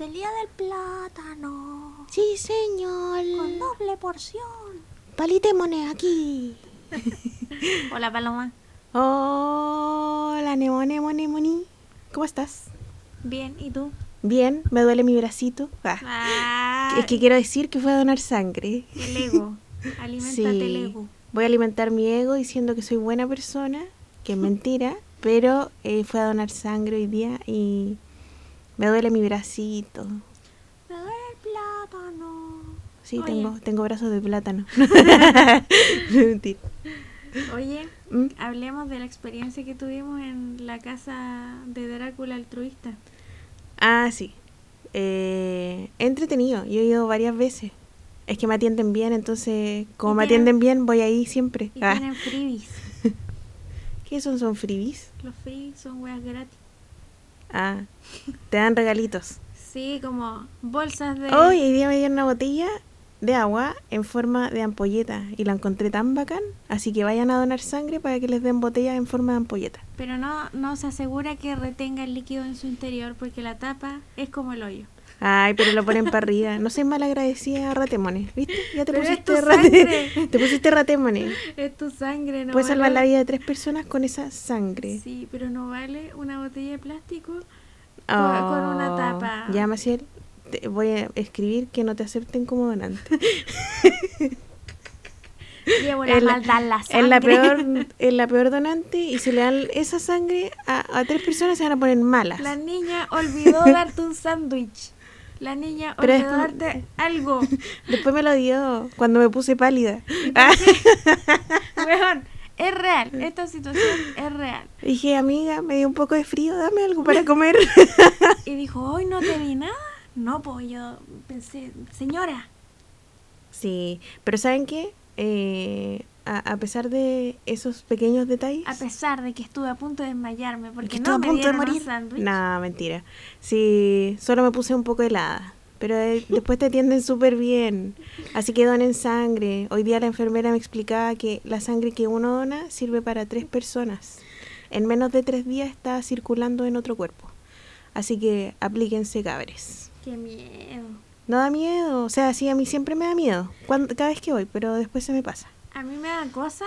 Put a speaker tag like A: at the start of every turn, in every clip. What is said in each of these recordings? A: el día del plátano.
B: Sí, señor.
A: Con doble porción.
B: Palitemones aquí.
A: Hola, Paloma.
B: Hola, Nemo, Nemo, Nemoni. ¿Cómo estás?
A: Bien, ¿y tú?
B: Bien, me duele mi bracito. Ah,
A: Ah,
B: Es que quiero decir que fue a donar sangre.
A: El ego. Alimentate el
B: Sí.
A: ego.
B: Voy a alimentar mi ego diciendo que soy buena persona, que es mentira, pero eh, fue a donar sangre hoy día y me duele mi bracito.
A: Me duele el plátano.
B: Sí,
A: Oye.
B: tengo, tengo brazos de plátano. Mentira.
A: Oye,
B: ¿Mm?
A: hablemos de la experiencia que tuvimos en la casa de Drácula altruista.
B: Ah, sí. Eh, entretenido, yo he ido varias veces. Es que me atienden bien, entonces como
A: Y
B: me
A: tienen-
B: atienden bien, voy ahí siempre.
A: Y
B: Ah,
A: tienen freebies.
B: ¿Qué son? ¿Son freebies?
A: Los freebies son weas gratis.
B: Ah, te dan regalitos.
A: Sí, como bolsas de...
B: Hoy hoy día me dieron una botella de agua en forma de ampolleta y la encontré tan bacán, así que vayan a donar sangre para que les den botellas en forma de ampolleta.
A: Pero no, no se asegura que retenga el líquido en su interior porque la tapa es como el hoyo.
B: Ay, pero lo ponen para arriba. No soy mal agradecida, ratemones, ¿viste? Ya te
A: Pero es tu
B: pusiste rate-
A: sangre.
B: te pusiste ratemones.
A: Es tu sangre, ¿no?
B: Puedes salvar
A: vale-
B: la vida de tres personas con esa sangre.
A: Sí, pero no vale una botella de plástico.
B: Oh,
A: con una tapa.
B: Ya, Maciel, te voy a escribir que no te acepten como donante.
A: Llevo la
B: Es la-
A: maldad en la sangre.
B: Es la peor, es la peor donante y si le dan esa sangre a, a tres personas se van a poner malas.
A: La niña olvidó darte un sándwich. La niña
B: Pero
A: olvidó
B: después-
A: darte algo.
B: Después me lo dio cuando me puse pálida.
A: Weón, es real. Esta situación es real.
B: Ah, Dije, amiga, me dio un poco de frío, dame algo para comer.
A: Y dijo, hoy no te di nada. No, pues yo pensé, señora.
B: sí, pero ¿saben qué? Eh, a, a pesar de esos pequeños detalles...
A: A pesar de que estuve a punto de desmayarme porque
B: que
A: no
B: estuve
A: me
B: a punto de
A: dieron un
B: morir.
A: sándwich.
B: No, mentira. Sí, solo me puse un poco helada. Pero eh, después te atienden súper bien. Así que donen sangre. Hoy día la enfermera me explicaba que la sangre que uno dona sirve para tres personas. En menos de tres días está circulando en otro cuerpo. Así que aplíquense, cabres.
A: Qué miedo.
B: No da miedo. O sea, sí, a mí siempre me da miedo. Cuando, cada vez que voy, pero después se me pasa.
A: A mí me da cosa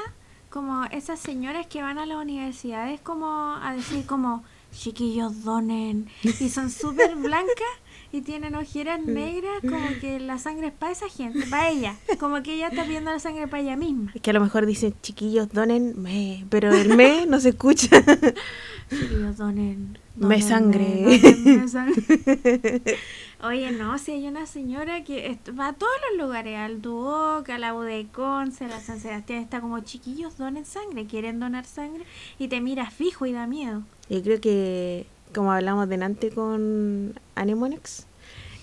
A: como esas señoras que van a las universidades como a decir como chiquillos donen y son súper blancas y tienen ojeras negras como que la sangre es para esa gente, para ella, como que ella está viendo la sangre para ella misma.
B: Es que a lo mejor dicen, chiquillos, donen me. Pero el me no se escucha.
A: Chiquillos donen.
B: Me
A: donenme,
B: sangre.
A: donenme sangre. Oye, no, si hay una señora que est- va a todos los lugares, al Duoc, a la Conce, a la San Sebastián, está como chiquillos donen sangre, quieren donar sangre y te miras fijo y da miedo.
B: Yo creo que, como hablamos delante con Anemonex,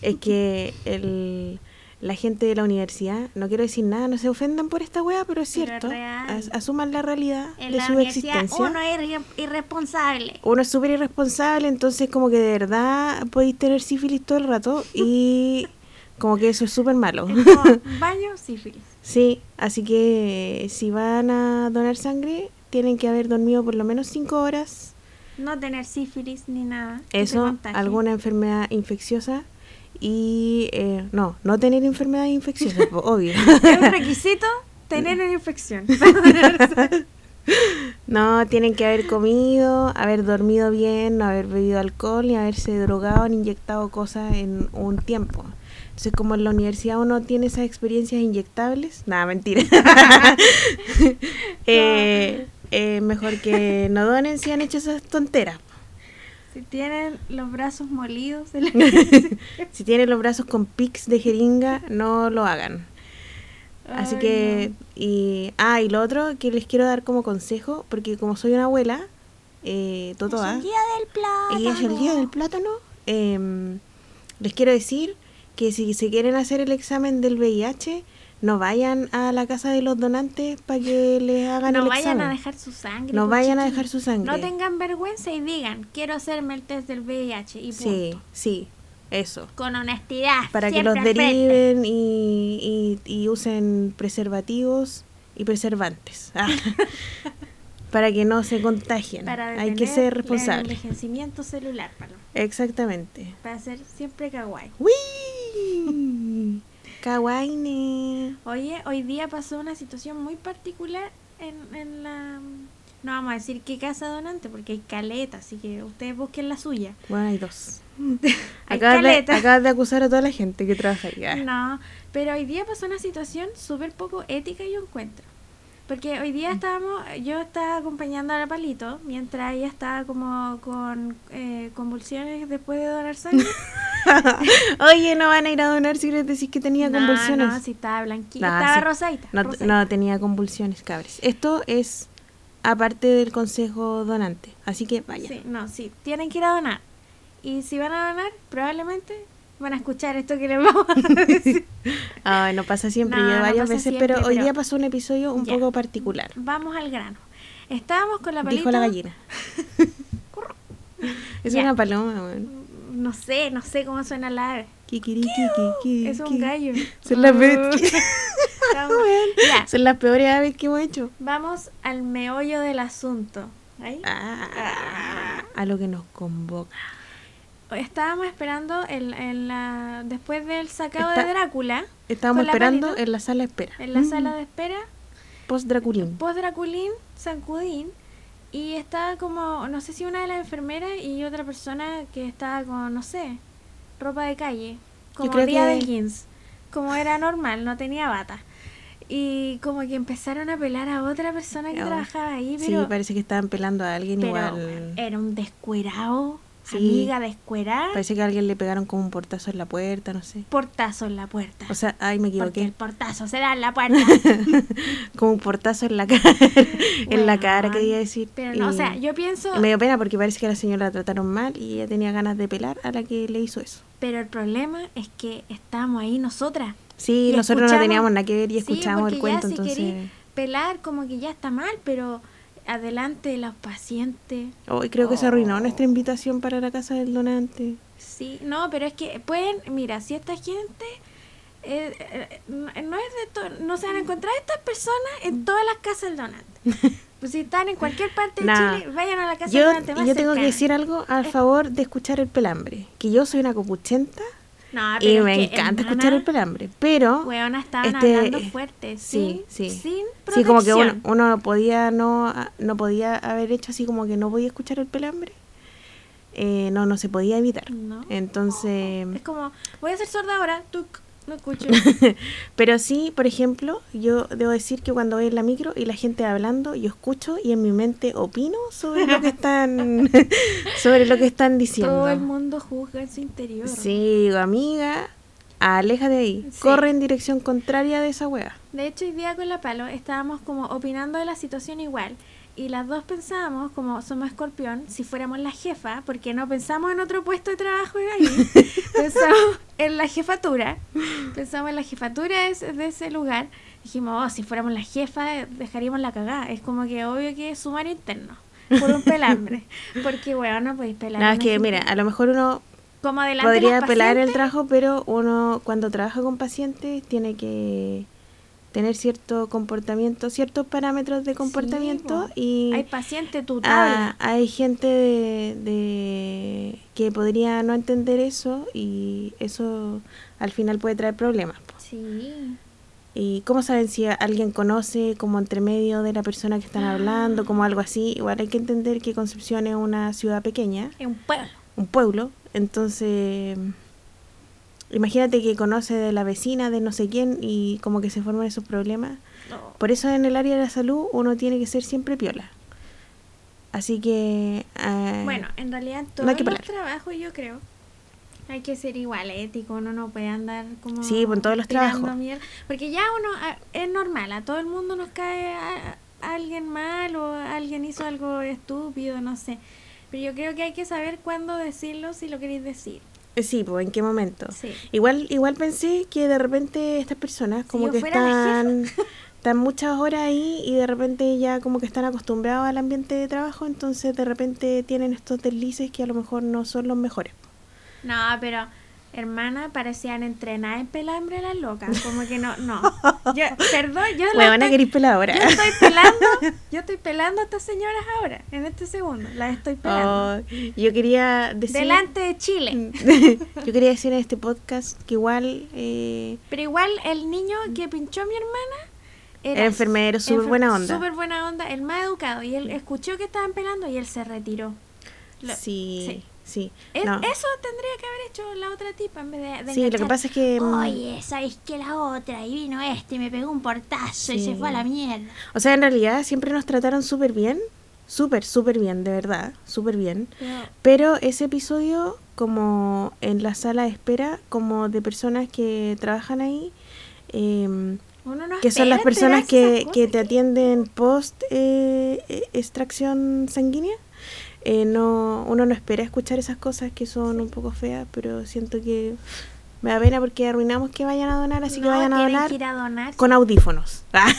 B: es que el, la gente de la universidad, no quiero decir nada, no se ofendan por esta wea, pero es
A: Pero es
B: cierto.
A: real.
B: As- asuman la realidad
A: En
B: Ah, de
A: la
B: su
A: universidad
B: existencia.
A: uno es irre- irresponsable.
B: Uno es súper irresponsable, entonces como que de verdad podéis tener sífilis todo el rato y como que eso es súper malo.
A: Es como baño sífilis.
B: Sí, así que si van a donar sangre, tienen que haber dormido por lo menos cinco horas
A: No tener sífilis ni nada. que te
B: Eso,
A: contagie.
B: alguna enfermedad infecciosa y eh, no, no tener enfermedad infecciosa, po, obvio.
A: Es un requisito tener una infección. para donar sangre.
B: No, tienen que haber comido, haber dormido bien, no haber bebido alcohol, ni haberse drogado, ni inyectado cosas en un tiempo. Entonces, como en la universidad uno tiene esas experiencias inyectables, nada, mentira. Eh, eh, mejor que no donen si han hecho esas tonteras.
A: si tienen los brazos molidos de la
B: Si tienen los brazos con pics de jeringa, no lo hagan. Así
A: Ay,
B: que,
A: no.
B: y, ah, y lo otro que les quiero dar como consejo, porque como soy una abuela, eh, Totoa,
A: Es Pues el día del plátano.
B: y es el día del plátano, em, les quiero decir que si se quieren hacer el examen del VIH, no vayan a la casa de los donantes para que les hagan
A: No
B: el
A: vayan
B: examen.
A: a dejar su sangre.
B: no
A: pues,
B: vayan a
A: chiquillos.
B: dejar su sangre.
A: No tengan vergüenza y digan, quiero hacerme el test del VIH y punto.
B: sí, sí, eso.
A: Con honestidad.
B: para que los
A: siempre al frente.
B: deriven y, y- y usen preservativos y preservantes. Ah. para que no se contagien.
A: Para
B: Hay que
A: detener
B: ser
A: El
B: responsable.
A: envejecimiento celular, Paloma.
B: Exactamente.
A: Para ser siempre kawaii.
B: ¡Wii! Kawaii.
A: Oye, hoy día pasó una situación muy particular en, en la... No vamos a decir qué casa donante, porque hay caleta, así que ustedes busquen la suya.
B: Bueno, hay dos.
A: Hay
B: Acabas de,
A: caleta.
B: acabas de acusar a toda la gente que trabaja ahí. Ah.
A: No, pero hoy día pasó una situación súper poco ética, yo encuentro. Porque hoy
B: Mm.
A: día estábamos, yo estaba acompañando a la palito, mientras ella estaba como con eh, convulsiones después de donar sangre.
B: Oye, no van a ir a donar si les decís que tenía convulsiones.
A: No, no, si estaba blanquita,
B: Nah,
A: estaba
B: sí.
A: rosadita.
B: No,
A: rosadita.
B: no tenía convulsiones, cabres. Esto es aparte del consejo donante. Así que vaya.
A: Sí, no, sí, tienen que ir a donar. Y si van a donar, probablemente van a escuchar esto que les vamos a decir.
B: Ay, no pasa siempre,
A: No,
B: yo
A: no
B: varias
A: pasa
B: veces,
A: siempre,
B: pero hoy
A: pero-
B: día pasó un episodio un
A: Ya.
B: poco particular.
A: Vamos al grano. Estábamos con la palito.
B: Dijo la gallina. es
A: Ya.
B: una paloma, weón.
A: No sé, no sé cómo suena la ave.
B: Kikiriki,
A: Es un
B: kiki.
A: gallo.
B: Son las,
A: Uh,
B: veces-
A: estamos- Ya,
B: son las peores aves que hemos hecho.
A: vamos al meollo del asunto. Ahí.
B: Ah, a lo que nos convoca.
A: Estábamos esperando el, en la, después del sacado
B: Está- Mm.
A: de Drácula,
B: Estábamos
A: Con la
B: esperando
A: palito.
B: en la sala de espera.
A: en la sala de espera,
B: Post-Draculín.
A: post Draculín, Sancudín, y estaba como, no sé si una de las enfermeras y otra persona que estaba con, no sé, ropa de calle, como
B: creo
A: día
B: que-
A: de jeans, como era normal, no tenía bata. Y como que empezaron a pelar a otra persona que
B: Oh.
A: trabajaba ahí,
B: Sí,
A: pero...
B: parece que estaban pelando a alguien
A: Pero
B: igual.
A: era un descuerado,
B: Sí. Pues
A: amiga descuerada,
B: Parece que a alguien le pegaron como un portazo en la puerta, no sé.
A: portazo en la puerta.
B: O sea, ay, me
A: porque el
B: equivoqué.
A: portazo se da en la puerta.
B: Como un portazo en la cara. en la cara,
A: Weón.
B: quería decir.
A: Pero no, o
B: Y
A: sea, yo pienso,
B: Me dio pena porque parece que a la señora la trataron mal y ella tenía ganas de pelar a la que le hizo eso.
A: pero el problema es que estábamos ahí nosotras.
B: Sí,
A: Y
B: nosotros no
A: escuchamos-
B: teníamos nada que ver y
A: Sí,
B: escuchábamos
A: porque
B: el
A: ya
B: cuento,
A: si
B: entonces.
A: querí pelar como que ya está mal, pero adelante de los pacientes.
B: Hoy creo que se arruinó
A: Oh.
B: nuestra invitación para la casa del donante.
A: Sí, no, pero es que pueden, mira, si esta gente eh, eh, no no es de to- no se van a
B: Mm.
A: encontrar estas personas en todas las casas del donante. Pues si están en cualquier parte de
B: Nah.
A: Chile, vayan a la casa
B: Yo,
A: del donante más
B: yo tengo
A: cercana.
B: que decir algo a favor de escuchar el pelambre. Que yo soy una copuchenta
A: No,
B: y
A: Ah, pero es
B: me
A: que,
B: encanta
A: hermana,
B: escuchar el pelambre. Pero
A: Weona, estaban
B: Este,
A: hablando fuerte,
B: sí,
A: sí,
B: sí.
A: sin, sin
B: Sí, como que uno,
A: protección.
B: uno podía no no podía haber hecho así como que no podía escuchar el pelambre. Eh, no, no se podía evitar.
A: No.
B: Entonces,
A: Es como, voy a ser sorda ahora, tú no escucho.
B: pero sí, por ejemplo, yo debo decir que cuando voy en la micro y la gente hablando, yo escucho y en mi mente opino sobre lo que están sobre lo que están diciendo.
A: Todo el mundo juzga en su interior.
B: Sí, digo, amiga, aléjate de ahí.
A: Sí.
B: Corre en dirección contraria de esa wea.
A: De hecho, hoy día con la Palo estábamos como opinando de la situación igual. Y las dos pensábamos, como somos escorpión, si fuéramos la jefa, porque no pensamos en otro puesto de trabajo de ahí, pensamos en la jefatura, pensamos en la jefatura de ese, de ese lugar. Dijimos, oh, si fuéramos la jefa, eh, dejaríamos la cagada. Es como que obvio que es sumario interno, por un pelambre. Porque, weón, no podéis pelar.
B: Nada,
A: a
B: es
A: una
B: que
A: gente.
B: mira, a lo mejor uno
A: como adelante
B: podría
A: las
B: apelar el
A: pacientes,
B: trabajo, pero uno cuando trabaja con pacientes tiene que tener cierto comportamiento, ciertos parámetros de comportamiento
A: po.
B: y
A: Hay paciente
B: ah,
A: tutable.
B: hay gente de, de- que podría no entender eso y eso al final puede traer problemas. po.
A: Sí.
B: ¿Y cómo saben si a- alguien conoce como entre medio de la persona que están hablando, como algo así? Igual hay que entender que Concepción es una ciudad pequeña
A: Es un pueblo.
B: un pueblo. Entonces, imagínate que conoce de la vecina, de no sé quién, y como que se forman esos problemas.
A: No.
B: Por eso en el área de la salud uno tiene que ser siempre piola. Así que... eh,
A: Bueno, en realidad en
B: No
A: todos
B: hay que
A: los
B: pelar.
A: trabajos yo creo hay que ser igual ético, uno no puede andar como
B: Sí, pues, en todos los
A: tirando
B: trabajos.
A: mierda, porque ya uno a- es normal, a todo el mundo nos cae a- a alguien mal o alguien hizo algo estúpido, no sé. Pero yo creo que hay que saber cuándo decirlo si lo queréis decir.
B: eh, Sí, pues en qué momento.
A: Sí.
B: Igual, igual pensé que de repente estas personas como
A: yo
B: que
A: fuera la
B: están, están muchas horas ahí y de repente ya como que están acostumbrados al ambiente de trabajo, entonces de repente tienen estos deslices que a lo mejor no son los mejores.
A: No, pero Hermana, parecían entrenadas en pelambre las locas. Como que no, no. Yo, perdón, yo la
B: Huevona,
A: estoy-
B: querís peladora.
A: yo estoy pelando, yo estoy pelando a estas señoras ahora, en este segundo, las estoy pelando.
B: Oh, Mm. yo quería decir.
A: Delante de Chile.
B: yo quería decir en este podcast que igual eh,
A: Pero igual el niño que pinchó a mi hermana
B: Era enfermero, súper
A: enfer-
B: buena onda. Mm.
A: Súper buena onda, el más educado. Y él escuchó que estaban pelando y él se retiró. Lo-
B: sí, sí.
A: Es-
B: no.
A: Eso tendría que haber hecho la otra tipa en vez de. de
B: sí, lo que
A: enganchar,
B: pasa es que. mm,
A: Oye, ¿sabes qué? La otra, y vino este, y me pegó un portazo y
B: Sí.
A: se fue a la mierda.
B: O sea, en realidad siempre nos trataron súper bien. Súper, súper bien, de verdad. Súper bien.
A: Pero,
B: Pero ese episodio, como en la sala de espera, como de personas que trabajan ahí, em,
A: uno no
B: que son las
A: espera
B: personas
A: enterarse de
B: que,
A: esas
B: que te
A: cosas.
B: atienden post eh, eh, extracción sanguínea. Eh, no, uno no espera escuchar esas cosas que son un poco feas, pero siento que me da pena porque arruinamos que vayan a donar, así
A: No,
B: que vayan a
A: tienen
B: donar
A: que ir a donar.
B: con audífonos. Ah.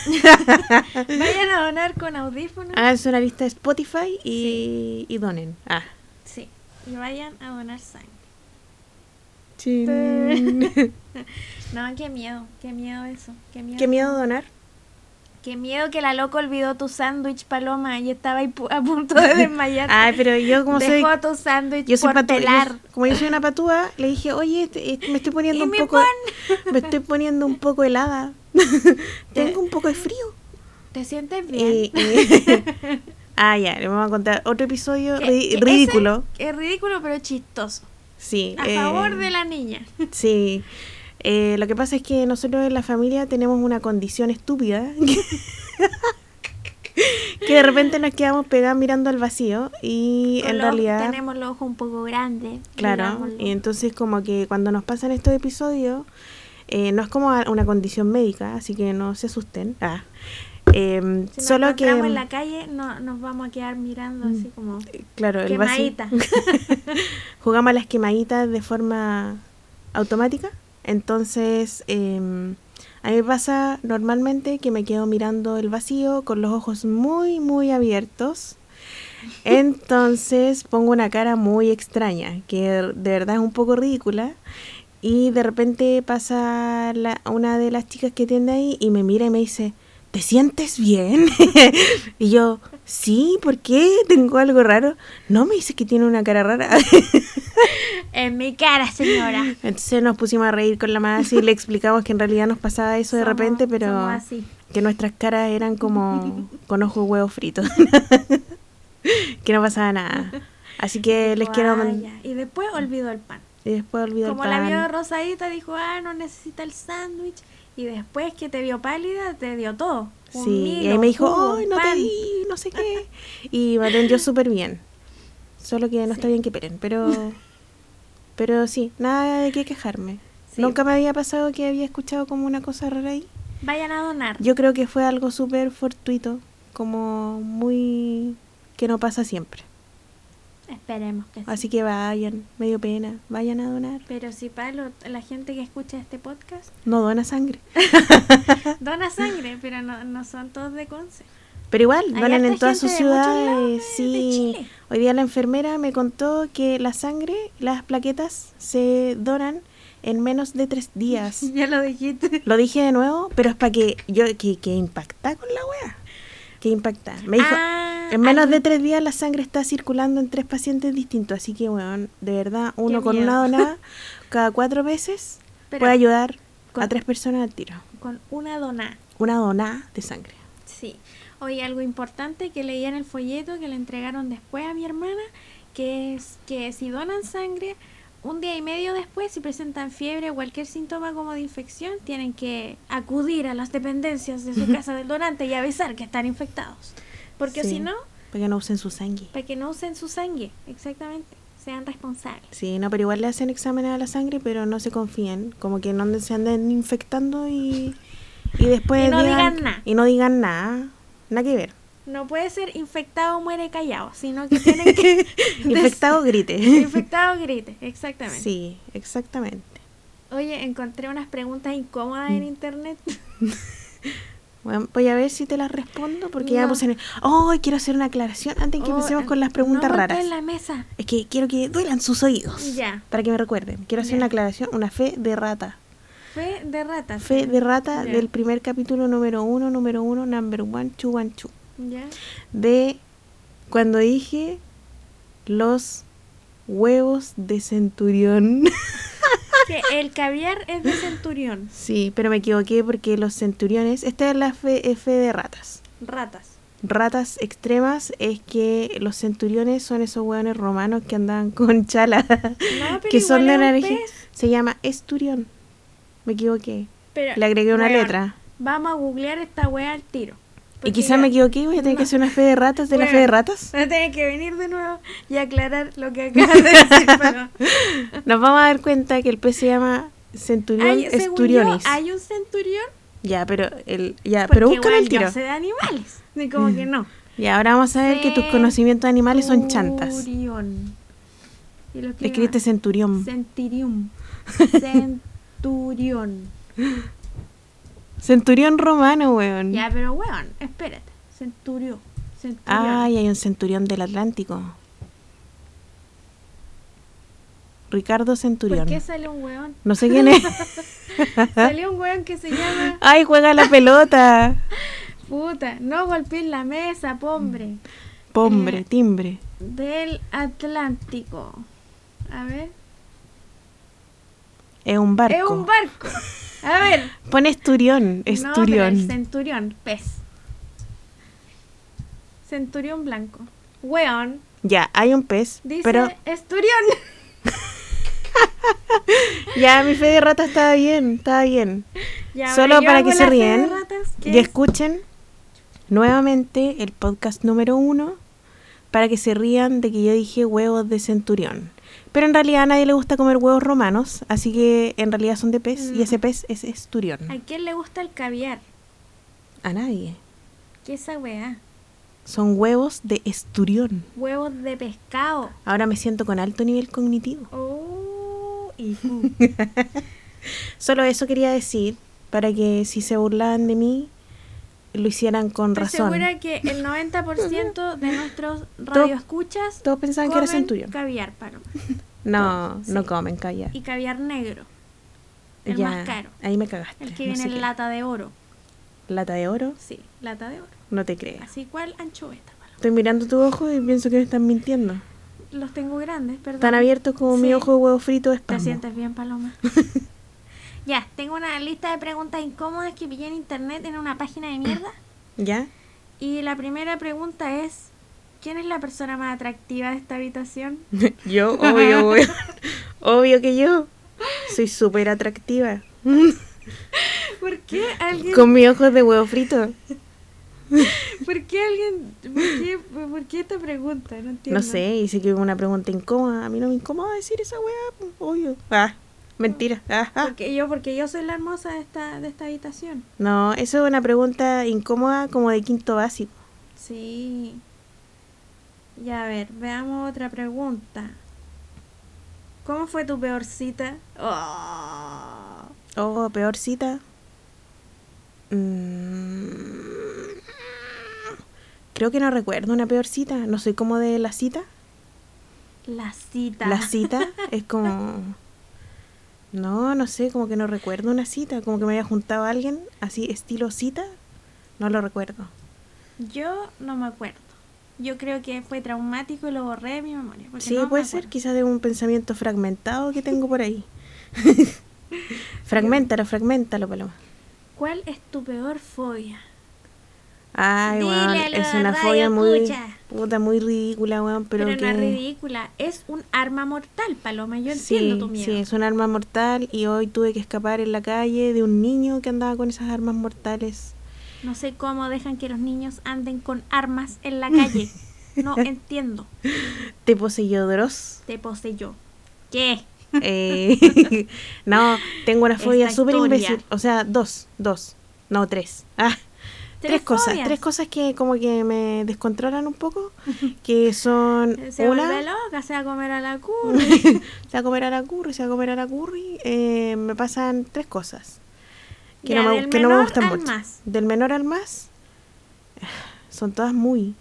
A: Vayan a donar con audífonos.
B: Hagan una lista de Spotify y, y donen. Ah.
A: Sí. Y vayan a donar sangre. No, qué miedo, qué miedo eso. Qué miedo,
B: Qué miedo donar.
A: Qué miedo que la loca olvidó tu sándwich, Paloma, y estaba ahí pu- a punto de desmayar.
B: Ay, pero yo como soy...
A: Dejó tu sándwich
B: Yo soy
A: por
B: patu- yo-
A: pelar.
B: como yo soy una patúa, le dije, oye, este- este- me estoy poniendo
A: Y
B: un
A: mi
B: poco, me estoy poniendo un poco helada, tengo un poco de frío.
A: ¿Te sientes bien?
B: Y- y- ah, ya, le vamos a contar otro episodio
A: Que-
B: ri-
A: que ese
B: ridículo.
A: Es ridículo, pero chistoso.
B: Sí.
A: A
B: eh,
A: favor de la niña.
B: Sí. Eh, lo que pasa es que nosotros en la familia tenemos una condición estúpida que, que de repente nos quedamos pegados mirando al vacío y
A: Con
B: en
A: los-
B: realidad
A: Tenemos los ojos un poco grandes.
B: Claro,
A: digámoslo.
B: y entonces como que cuando nos pasan estos episodios, eh, no es como a- una condición médica, así que no se asusten. Ah. Em,
A: Si nos
B: solo que,
A: encontramos en la calle, no, nos vamos a quedar mirando así como...
B: claro, el vacío,
A: Quemadita.
B: jugamos a las quemaditas de forma automática, entonces em, a mí me pasa normalmente que me quedo mirando el vacío con los ojos muy, muy abiertos. Entonces pongo una cara muy extraña, que de verdad es un poco ridícula. Y de repente pasa la- una de las chicas que tiende ahí y me mira y me dice, ¿te sientes bien? y yo, sí, ¿por qué? ¿Tengo algo raro? No, me dice que tiene una cara rara.
A: En mi cara, señora.
B: Entonces nos pusimos a reír con la más y le explicamos que en realidad nos pasaba eso de
A: Somos-
B: repente, pero
A: somos así.
B: que nuestras caras eran como con ojos huevos fritos. que no pasaba nada. Así que les
A: Dijo,
B: quiero
A: "Ah,
B: mandar...
A: ya". Y después olvidó el pan.
B: Y después olvidó el
A: Como
B: pan.
A: la vio rosadita, dijo, ah, no necesita el sándwich. Y después que te vio pálida, te dio todo. Un
B: Sí, y
A: Milo,
B: ahí me dijo,
A: jugo,
B: ¡ay, no te
A: pan".
B: di! No sé qué. Y me atendió súper bien. Solo que no está bien que peren, pero. Pero sí, nada de qué quejarme.
A: Sí.
B: Nunca me había pasado que había escuchado como una cosa rara ahí.
A: Vayan a donar.
B: Yo creo que fue algo súper fortuito, como muy. que no pasa siempre.
A: Esperemos que sí.
B: Así que vayan, medio pena, vayan a donar.
A: Pero si Pablo, la gente que escucha este podcast,
B: No dona sangre.
A: dona sangre, pero no, no son todos de Conce.
B: Pero igual,
A: Hay
B: donen
A: harta
B: en todas sus
A: gente de muchos lados de-
B: ciudades.
A: de
B: sí.
A: Chile.
B: Hoy día la enfermera me contó que la sangre, las plaquetas, se donan en menos de tres días.
A: Ya lo dijiste.
B: Lo dije de nuevo, pero es para que yo que, que impacta con la wea. Que impacta. Me dijo,
A: Ah,
B: en menos
A: ay,
B: de tres días la sangre está circulando en tres pacientes distintos. Así que, weón, de verdad, uno con
A: miedo.
B: una donada cada cuatro veces
A: pero
B: puede ayudar
A: con-
B: a tres personas al tiro.
A: Con una dona.
B: Una donada de sangre.
A: Sí. Oye, algo importante que leí en el folleto que le entregaron después a mi hermana, que es que si donan sangre, un día y medio después, si presentan fiebre o cualquier síntoma como de infección, tienen que acudir a las dependencias de su casa del donante y avisar que están infectados. Porque
B: Sí,
A: si no,
B: Para que no usen su sangre.
A: para que no usen su sangre, exactamente, sean responsables.
B: Sí, no, pero igual le hacen exámenes a la sangre, pero no se confíen. Como que no anden- se anden infectando y, y después.
A: Y no digan nada.
B: Y no digan nada. Nada que ver.
A: No puede ser infectado muere callado, sino que tienen que...
B: Infectado grite.
A: infectado grite, exactamente.
B: sí, exactamente. Mm.
A: Oye, encontré unas preguntas incómodas en internet.
B: Bueno, voy a ver si te las respondo porque ya
A: No.
B: me puse en el- ¡Ay, quiero hacer una aclaración antes que
A: Oh,
B: empecemos con las
A: no
B: preguntas
A: golpees
B: raras.
A: la mesa.
B: Es que quiero que duelan sus oídos.
A: Ya.
B: Para que me recuerden. Quiero hacer
A: Ya.
B: una aclaración, una fe de rata.
A: Fe de rata.
B: Fe de rata
A: Ya.
B: del primer capítulo número uno, número uno, number one, two, one, two.
A: Ya.
B: De cuando dije los huevos de centurión.
A: Que el caviar es de centurión.
B: sí, pero me equivoqué porque los centuriones. Esta es la fe, eh, fe de ratas.
A: Ratas.
B: Ratas extremas es que los centuriones son esos hueones romanos que andaban con chala.
A: No, pero
B: que son de
A: igual
B: una
A: es un
B: origi-
A: pez.
B: Se llama esturión. Me equivoqué.
A: Pero,
B: Le agregué una
A: weón,
B: letra.
A: Vamos a googlear esta wea al tiro.
B: Y
A: Porque
B: quizás
A: ya-
B: me equivoqué y voy a tener
A: No.
B: que hacer una fe de ratas de la fe
A: Bueno.
B: de ratas.
A: Voy a tener que venir de nuevo y aclarar lo que acabas de decir. pero-
B: Nos vamos a dar cuenta que el pez se llama centurión
A: Ay, según
B: esturionis.
A: yo, hay un centurión.
B: Ya, pero el ya,
A: Porque
B: pero búscalo
A: igual
B: el tiro.
A: yo sé de animales. Y como que no.
B: Y ahora vamos a ver que tus conocimientos animales son chantas.
A: Centurión. Y lo escribo-
B: Escribiste centurión.
A: Centurium. Centurión.
B: Centurión romano, weón.
A: Ya, pero weón, espérate. Centurión. Centurión.
B: Ay, hay un centurión del Atlántico. Ricardo Centurión.
A: ¿Por qué sale un weón?
B: No sé quién es.
A: Salió un weón que se llama.
B: Ay, juega la pelota.
A: Puta, no golpees la mesa, hombre. Eh,
B: Pombre, timbre.
A: Del Atlántico. A ver.
B: Es un barco.
A: Es un barco. A ver.
B: Pon esturión,
A: No, pero el
B: esturión.
A: centurión, pez. Centurión blanco. Weón.
B: ya, hay un pez,
A: Dice
B: pero
A: esturión.
B: ya mi fe de rata estaba bien, estaba bien.
A: Ya,
B: Solo
A: ahora yo
B: para
A: hago
B: que se
A: la fe de
B: ríen
A: ratas, que
B: Y
A: es-
B: escuchen nuevamente el podcast número uno para que se rían de que yo dije huevos de centurión. Pero en realidad a nadie le gusta comer huevos romanos, así que en realidad son de pez y
A: No.
B: ese pez es esturión.
A: ¿A quién le gusta el caviar?
B: A nadie.
A: ¿Qué esa weá?
B: Son huevos de esturión.
A: Huevos de pescado.
B: Ahora me siento con alto nivel cognitivo.
A: Oh, hijo.
B: Solo eso quería decir, para que si se burlaban de mí, lo hicieran con
A: Estoy
B: razón.
A: segura que el 90% de nuestros radioescuchas
B: Todos pensaban que era centurión.
A: caviar, Paloma.
B: No,
A: Todo,
B: no
A: sí.
B: comen, calla.
A: Y caviar negro. el
B: ya,
A: más caro.
B: Ahí me cagaste.
A: El que
B: no
A: viene
B: sé
A: en
B: qué.
A: lata de oro.
B: Lata de oro,
A: Sí, lata de oro.
B: no te creas.
A: Así cual anchoeta, Paloma.
B: Estoy mirando tu ojo y pienso que me están mintiendo.
A: Los tengo grandes, perdón.
B: Tan abiertos como mi
A: Sí.
B: ojo de huevo frito de
A: ¿Te
B: espasmo.
A: sientes bien, Paloma? ya, tengo una lista de preguntas incómodas que pillé en internet en una página de mierda.
B: ¿Ya?
A: Y la primera pregunta es, ¿quién es la persona más atractiva de esta habitación?
B: yo, obvio, obvio. obvio que yo. Soy súper atractiva.
A: ¿Por qué alguien,
B: Con mi ojo de huevo frito.
A: por qué alguien, por qué, por qué esta pregunta? No entiendo.
B: No sé, hice que una pregunta incómoda. A mí no me incomoda decir esa weá, pues, obvio. Ah, mentira. Ah, ah.
A: Porque yo, porque yo soy la hermosa de esta, de esta habitación.
B: No, eso es una pregunta incómoda como de quinto básico.
A: Sí. Ya a ver, veamos otra pregunta. ¿Cómo fue tu peor cita? Oh.
B: Oh, peor cita. Mm. Creo que no recuerdo una peor cita. No soy como de la cita.
A: La cita.
B: La cita es como... No, no sé, como que no recuerdo una cita. Como que me había juntado a alguien así, estilo cita. No lo recuerdo.
A: Yo no me acuerdo. Yo creo que fue traumático y lo borré de mi memoria. porque
B: Sí,
A: no me
B: puede ser,
A: acuerdo.
B: quizás de un pensamiento fragmentado que tengo por ahí. fragmentalo, fragmentalo, Paloma.
A: ¿Cuál es tu peor fobia?
B: Ay,
A: Dile
B: weón,
A: a
B: es
A: la
B: una fobia
A: radio
B: muy
A: escucha.
B: puta, muy ridícula, weón, pero,
A: Pero, no es
B: que-
A: ridícula. Es un arma mortal, Paloma. Yo
B: sí,
A: entiendo tu miedo.
B: sí, es un arma mortal y hoy tuve que escapar en la calle de un niño que andaba con esas armas mortales.
A: No sé cómo dejan que los niños anden con armas en la calle. No entiendo.
B: Te poseyó Dross.
A: Te poseyó. ¿Qué?
B: Eh, no, tengo una fobia
A: Esta
B: súper
A: historia.
B: imbécil. O sea, dos, dos, no tres. Ah, tres, cosas,
A: fobias.
B: tres cosas que como que me descontrolan un poco, que son
A: Eh, Se
B: una,
A: vuelve loca, se va a comer a la cuna.
B: se va a comer a la curry, se va a comer a la curry. eh, me pasan tres cosas. que,
A: Ya,
B: no, me,
A: del
B: que no me
A: menor
B: gustan
A: al
B: mucho.
A: más.
B: Del menor al más, son todas muy.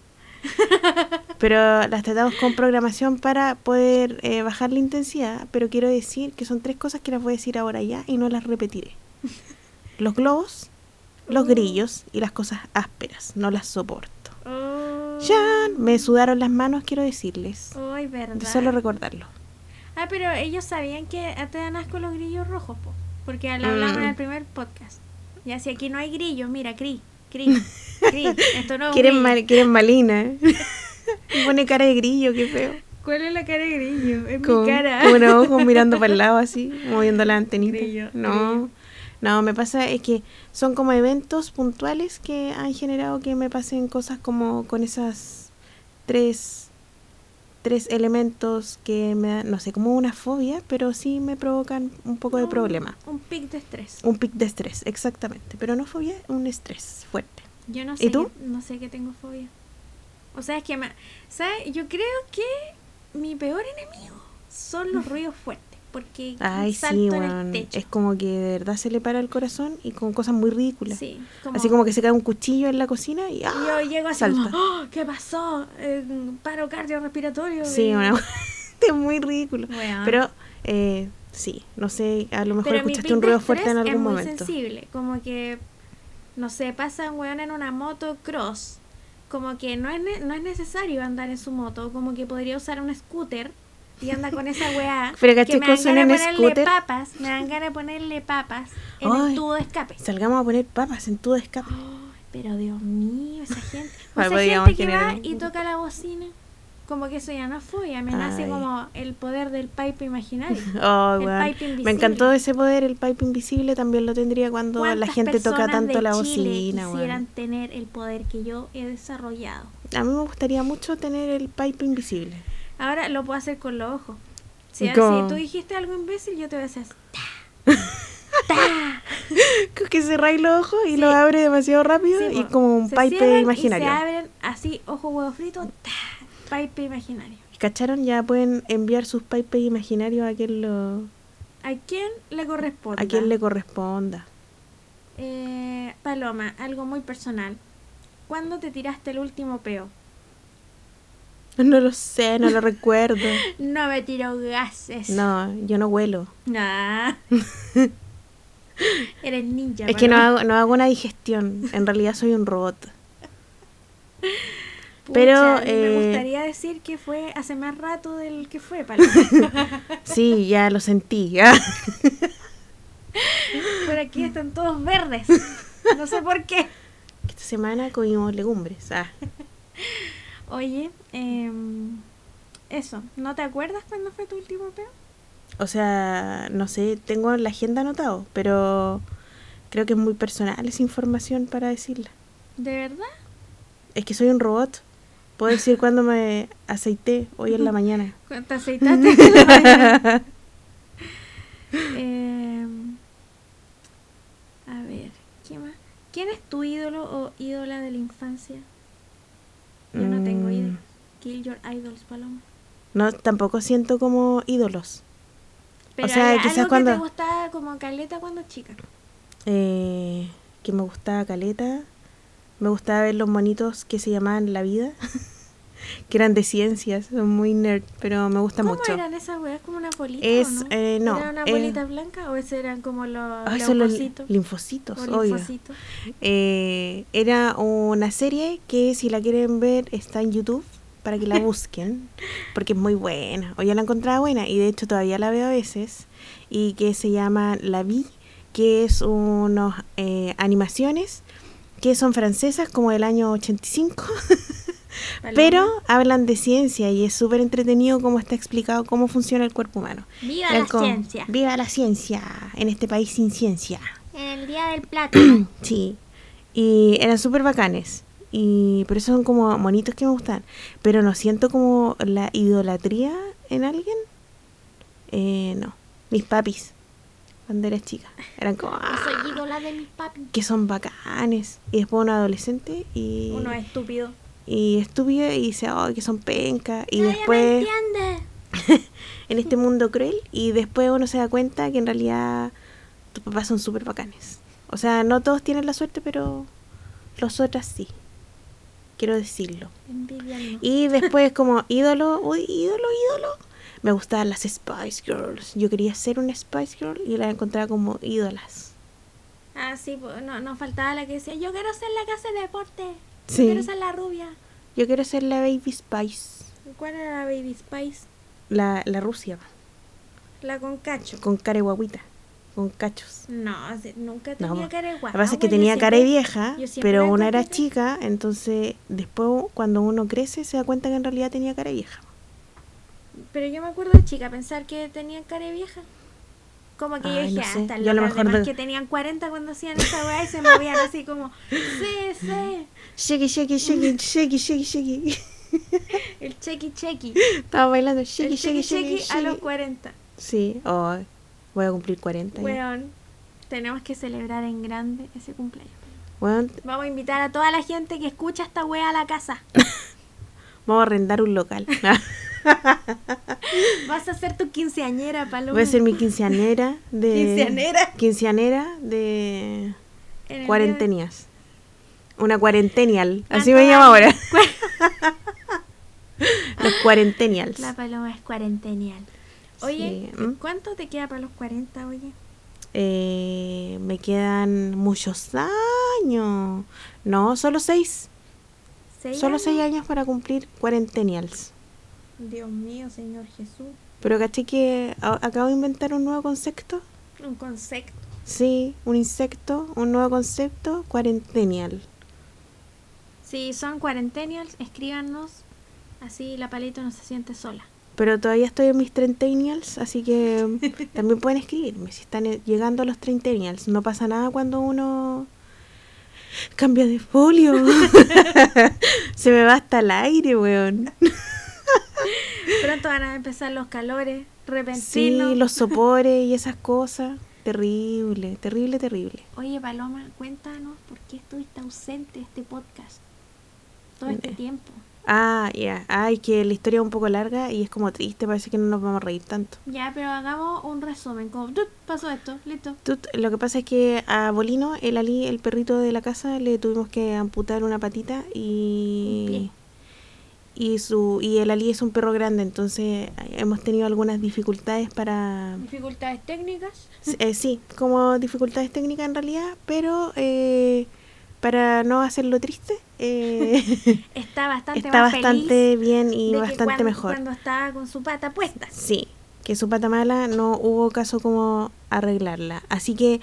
B: pero las tratamos con programación para poder eh, bajar la intensidad. Pero quiero decir que son tres cosas que las voy a decir ahora ya y no las repetiré: los globos, los
A: Uh.
B: grillos y las cosas ásperas. No las soporto.
A: Oh.
B: Ya me sudaron las manos, quiero decirles.
A: Ay,
B: De
A: verdad.
B: solo recordarlo.
A: Ah, pero ellos sabían que te dan asco los grillos rojos, po, porque lo
B: Mm.
A: hablamos en el primer podcast. Ya, si aquí no hay grillos, mira, Cris, Cris, Cris, esto no es un
B: Quieren,
A: grillo.
B: mal- quieren malina. Y Pone cara de grillo, qué feo.
A: ¿Cuál es la cara de grillo? Es
B: Con,
A: mi cara.
B: con unos ojos mirando para el lado así, moviendo la antenita.
A: Grillo,
B: no,
A: grillo.
B: no, me pasa es que son como eventos puntuales que han generado que me pasen cosas como con esas tres, tres elementos que me dan, no sé, como una fobia, pero sí me provocan un poco de
A: No,
B: problema.
A: Un pic de estrés.
B: Un pic de estrés, exactamente. Pero no fobia, un estrés fuerte.
A: Yo no
B: ¿Y
A: sé,
B: tú?
A: qué- no sé qué tengo fobia. O sea, es que me, ¿sabes? Yo creo que mi peor enemigo son los ruidos fuertes, porque
B: Ay,
A: salto
B: sí,
A: en el
B: weón.
A: techo.
B: Es como que de verdad se le para el corazón y con cosas muy ridículas.
A: Sí,
B: Así como que se cae un cuchillo en la cocina y ¡ah!
A: Y yo llego así
B: Salta.
A: como, "Oh, ¿qué pasó? Eh, paro cardiorrespiratorio.
B: Sí,
A: y-
B: una es muy ridículo.
A: Weón.
B: Pero eh, sí, no sé, a lo
A: Ah.
B: mejor
A: Pero mi
B: escuchaste
A: pic
B: un
A: de
B: ruido fuerte en
A: estrés
B: algún
A: Es muy
B: momento.
A: sensible, como que, no sé, pasa un weón en una moto cross, como que no es, ne- no es necesario andar en su moto, como que podría usar un scooter y anda con esa weá.
B: Pero
A: que
B: caché
A: me dan
B: cosas en
A: ganas de
B: un
A: ponerle
B: scooter.
A: papas, me dan ganas de ponerle papas en
B: Ay.
A: el tubo de escape.
B: Salgamos a poner papas en tu escape.
A: Oh, pero Dios mío, esa gente. o
B: Ay,
A: esa
B: podríamos
A: gente que va
B: tener un-
A: y toca la bocina. Como que eso ya no fue, ya me nace
B: Ay.
A: como el poder del pipe imaginario.
B: Ay,
A: El
B: Oh, weón.
A: pipe invisible.
B: Me encantó ese poder, el pipe invisible también lo tendría cuando la
A: ¿Cuántas
B: gente toca
A: personas
B: tanto
A: de
B: la
A: Chile
B: bocina. weón.
A: quisieran tener el poder que yo he desarrollado.
B: A mí me gustaría mucho tener el pipe invisible.
A: Ahora lo puedo hacer con los ojos. Si,
B: ¿Y cómo?
A: si tú dijiste algo imbécil, yo te voy a hacer así, ta, ta.
B: Como que cerráis los ojos y los abre demasiado rápido
A: Sí,
B: y
A: po.
B: como un
A: Se
B: pipe
A: cierran
B: imaginario.
A: Y se abren así, ojo huevo frito, ta, pipe imaginario.
B: ¿Cacharon? Ya pueden enviar sus pipes imaginarios a quien, lo,
A: ¿A quién le corresponde?
B: a quien le corresponda.
A: Eh, Paloma, algo muy personal. ¿Cuándo te tiraste el último peo?
B: No lo sé, no lo recuerdo.
A: No me tiro gases.
B: No, yo no huelo.
A: Nah. Eres ninja.
B: es que no
A: Paloma.
B: hago, no hago una digestión. En realidad soy un robot.
A: Pucha,
B: Pero, eh,
A: me gustaría decir que fue hace más rato del que fue, Paloma.
B: Sí, ya lo sentí. ah.
A: Por aquí están todos verdes. No sé por qué.
B: Esta semana comimos legumbres. ah.
A: Oye, em, eso. ¿No te acuerdas cuándo fue tu último peo?
B: O sea, no sé, tengo la agenda anotado, pero creo que es muy personal esa información para decirla.
A: ¿De verdad?
B: Es que soy un robot. Puedo decir cuando me aceité hoy en la mañana.
A: Cu- ¿Te aceitaste? en la mañana? Em, a ver, ¿qué más? ¿Quién es tu ídolo o ídola de la infancia? Yo no tengo
B: Mm,
A: ídolos. Kill your idols, Paloma.
B: No, tampoco siento como ídolos.
A: Pero
B: sea,
A: hay
B: quizás
A: algo que
B: cuando-
A: te gustaba como caleta cuando chica.
B: Eh, que me gustaba Caleta. Me gustaba ver los monitos que se llamaban La Vida. que eran de ciencias, son muy nerd, pero me gusta
A: ¿Cómo
B: mucho.
A: eran esas weas? ¿Como una bolita
B: Es,
A: o no?
B: eh, no,
A: ¿Era una
B: eh,
A: bolita blanca o esos eran como los
B: Ay, son los
A: leucocitos?
B: linfocitos,
A: O
B: obvio.
A: linfocitos.
B: Eh, era una serie que si la quieren ver está en YouTube para que la busquen, porque es muy buena. O ya la encontraba buena y de hecho todavía la veo a veces y que se llama La Vi, que es unos eh, animaciones que son francesas como del año 85,
A: Paloma.
B: pero hablan de ciencia y es súper entretenido cómo está explicado cómo funciona el cuerpo humano.
A: ¡Viva
B: Eran
A: la
B: como,
A: ciencia!
B: Viva la ciencia en este país sin ciencia.
A: En el día del plátano.
B: Sí. Y eran súper bacanes. Y por eso son como monitos que me gustan. Pero no siento como la idolatría en alguien. Eh, no. Mis papis. Cuando eras chica. Eran como... "Ah,
A: Soy ídola de mis papis.
B: que son bacanes. Y después uno adolescente y...
A: Uno estúpido.
B: Y estúpido y dice, ay, que son pencas. Y
A: Nadie me
B: después
A: entiende.
B: en este mundo cruel. Y después uno se da cuenta que en realidad tus papás son súper bacanes. O sea, no todos tienen la suerte, pero los otras sí. Quiero decirlo.
A: Envidia no.
B: Y después como ídolo, uy, ídolo, ídolo. Me gustaban las Spice Girls. Yo quería ser una Spice Girl y las encontraba como ídolas.
A: Ah, sí, po- no, nos faltaba la que decía, yo quiero ser la que hace deporte.
B: Sí.
A: Yo quiero ser la rubia.
B: Yo quiero ser la Baby Spice.
A: ¿Cuál era la Baby Spice?
B: La, la Rusia,
A: La con cacho.
B: con cara de guaguita, con cachos.
A: No, se- nunca
B: No,
A: tenía
B: mo.
A: cara de
B: La
A: guagua.
B: pasa es que
A: Ah, yo
B: tenía cara de
A: siempre-
B: vieja,
A: yo siempre
B: pero
A: la
B: una era
A: encontré-
B: chica, entonces después cuando uno crece se da cuenta que en realidad tenía cara de vieja.
A: Pero yo me acuerdo de chica pensar que tenían cara de vieja. Como que yo
B: Ay,
A: dije, "Ah,
B: no sé.
A: hasta
B: Yo a lo mejor de-
A: que tenían 40 cuando hacían esa weá y se movían así como, sí, sí,
B: Shaggy, shaggy, shaggy, shaggy, shaggy, shaggy.
A: el chequi chequi.
B: Estaba bailando shaggy,
A: El
B: shaggy,
A: chequi
B: shaggy.
A: chequi a los
B: shaggy.
A: 40.
B: Sí, oh, voy a cumplir 40. ya.
A: Weón, tenemos que celebrar en grande ese cumpleaños.
B: Weón,
A: Vamos a invitar a toda la gente que escucha esta wea a la casa.
B: vamos a arrendar un local. Ah,
A: Vas a ser tu quinceañera, Paloma.
B: Voy a ser mi quinceanera de...
A: Quinceañera.
B: Quinceañera
A: En el
B: de...
A: día de-
B: Cuarentenias. Una cuarentenial. Así
A: Una
B: me llamo
A: cuaren-
B: ahora. Los cuarentenials.
A: La Paloma es cuarentenial. Oye,
B: Sí, ¿mm?
A: ¿cuánto te queda para los 40, oye?
B: Eh, me quedan muchos años. No, solo seis.
A: ¿Seis
B: Solo
A: años?
B: seis años para cumplir cuarentenials.
A: Dios mío, Señor Jesús.
B: Pero caché que a- acabo de inventar un nuevo concepto.
A: Un concepto.
B: Sí, un insecto, un nuevo concepto, cuarentenial.
A: Si son cuarentenials, escríbanos. Así la palito no se siente sola.
B: Pero todavía estoy en mis trentenials, así que también pueden escribirme si están eh, llegando a los trentenials. No pasa nada cuando uno cambia de folio. Se me va hasta el aire, weón.
A: Pronto van a empezar los calores
B: Sí,
A: repentinos.
B: los sopores y esas cosas. Terrible, terrible, terrible.
A: Oye, Paloma, cuéntanos por qué estuviste ausente de este podcast todo este
B: Eh.
A: tiempo.
B: Ah, ya. Ay, que la historia es un poco larga y es como triste, parece que no nos vamos a reír tanto.
A: Ya, pero hagamos un resumen. Como, "Tut, pasó esto, listo.
B: Tut, Lo que pasa es que a Bolino, el Ali, el perrito de la casa, le tuvimos que amputar una patita y y su y el Ali es un perro grande, entonces eh, hemos tenido algunas dificultades para
A: Dificultades técnicas.
B: eh, sí, como dificultades técnicas en realidad, pero eh, para no hacerlo triste eh,
A: Está bastante
B: está
A: más feliz
B: bastante bien
A: de
B: y
A: que
B: bastante
A: cuando-
B: mejor.
A: Cuando estaba con su pata puesta.
B: Sí, que su pata mala no hubo caso como arreglarla. Así que,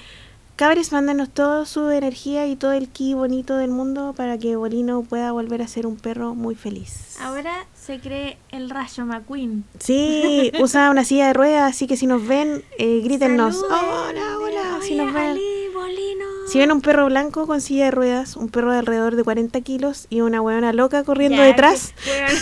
B: cabres, mándanos toda su energía y todo el ki bonito del mundo para que Bolino pueda volver a ser un perro muy feliz.
A: Ahora se cree el rayo McQueen.
B: Sí, usa una silla de ruedas, así que si nos ven, eh, grítennos.
A: Saluden,
B: hola, hola.
A: digan,
B: si
A: "Oye,
B: nos ven.
A: Ali, Bolino.
B: Si ven un perro blanco con silla de ruedas, un perro de alrededor de 40 kilos y una huevona loca corriendo
A: Ya,
B: detrás,
A: que- weón,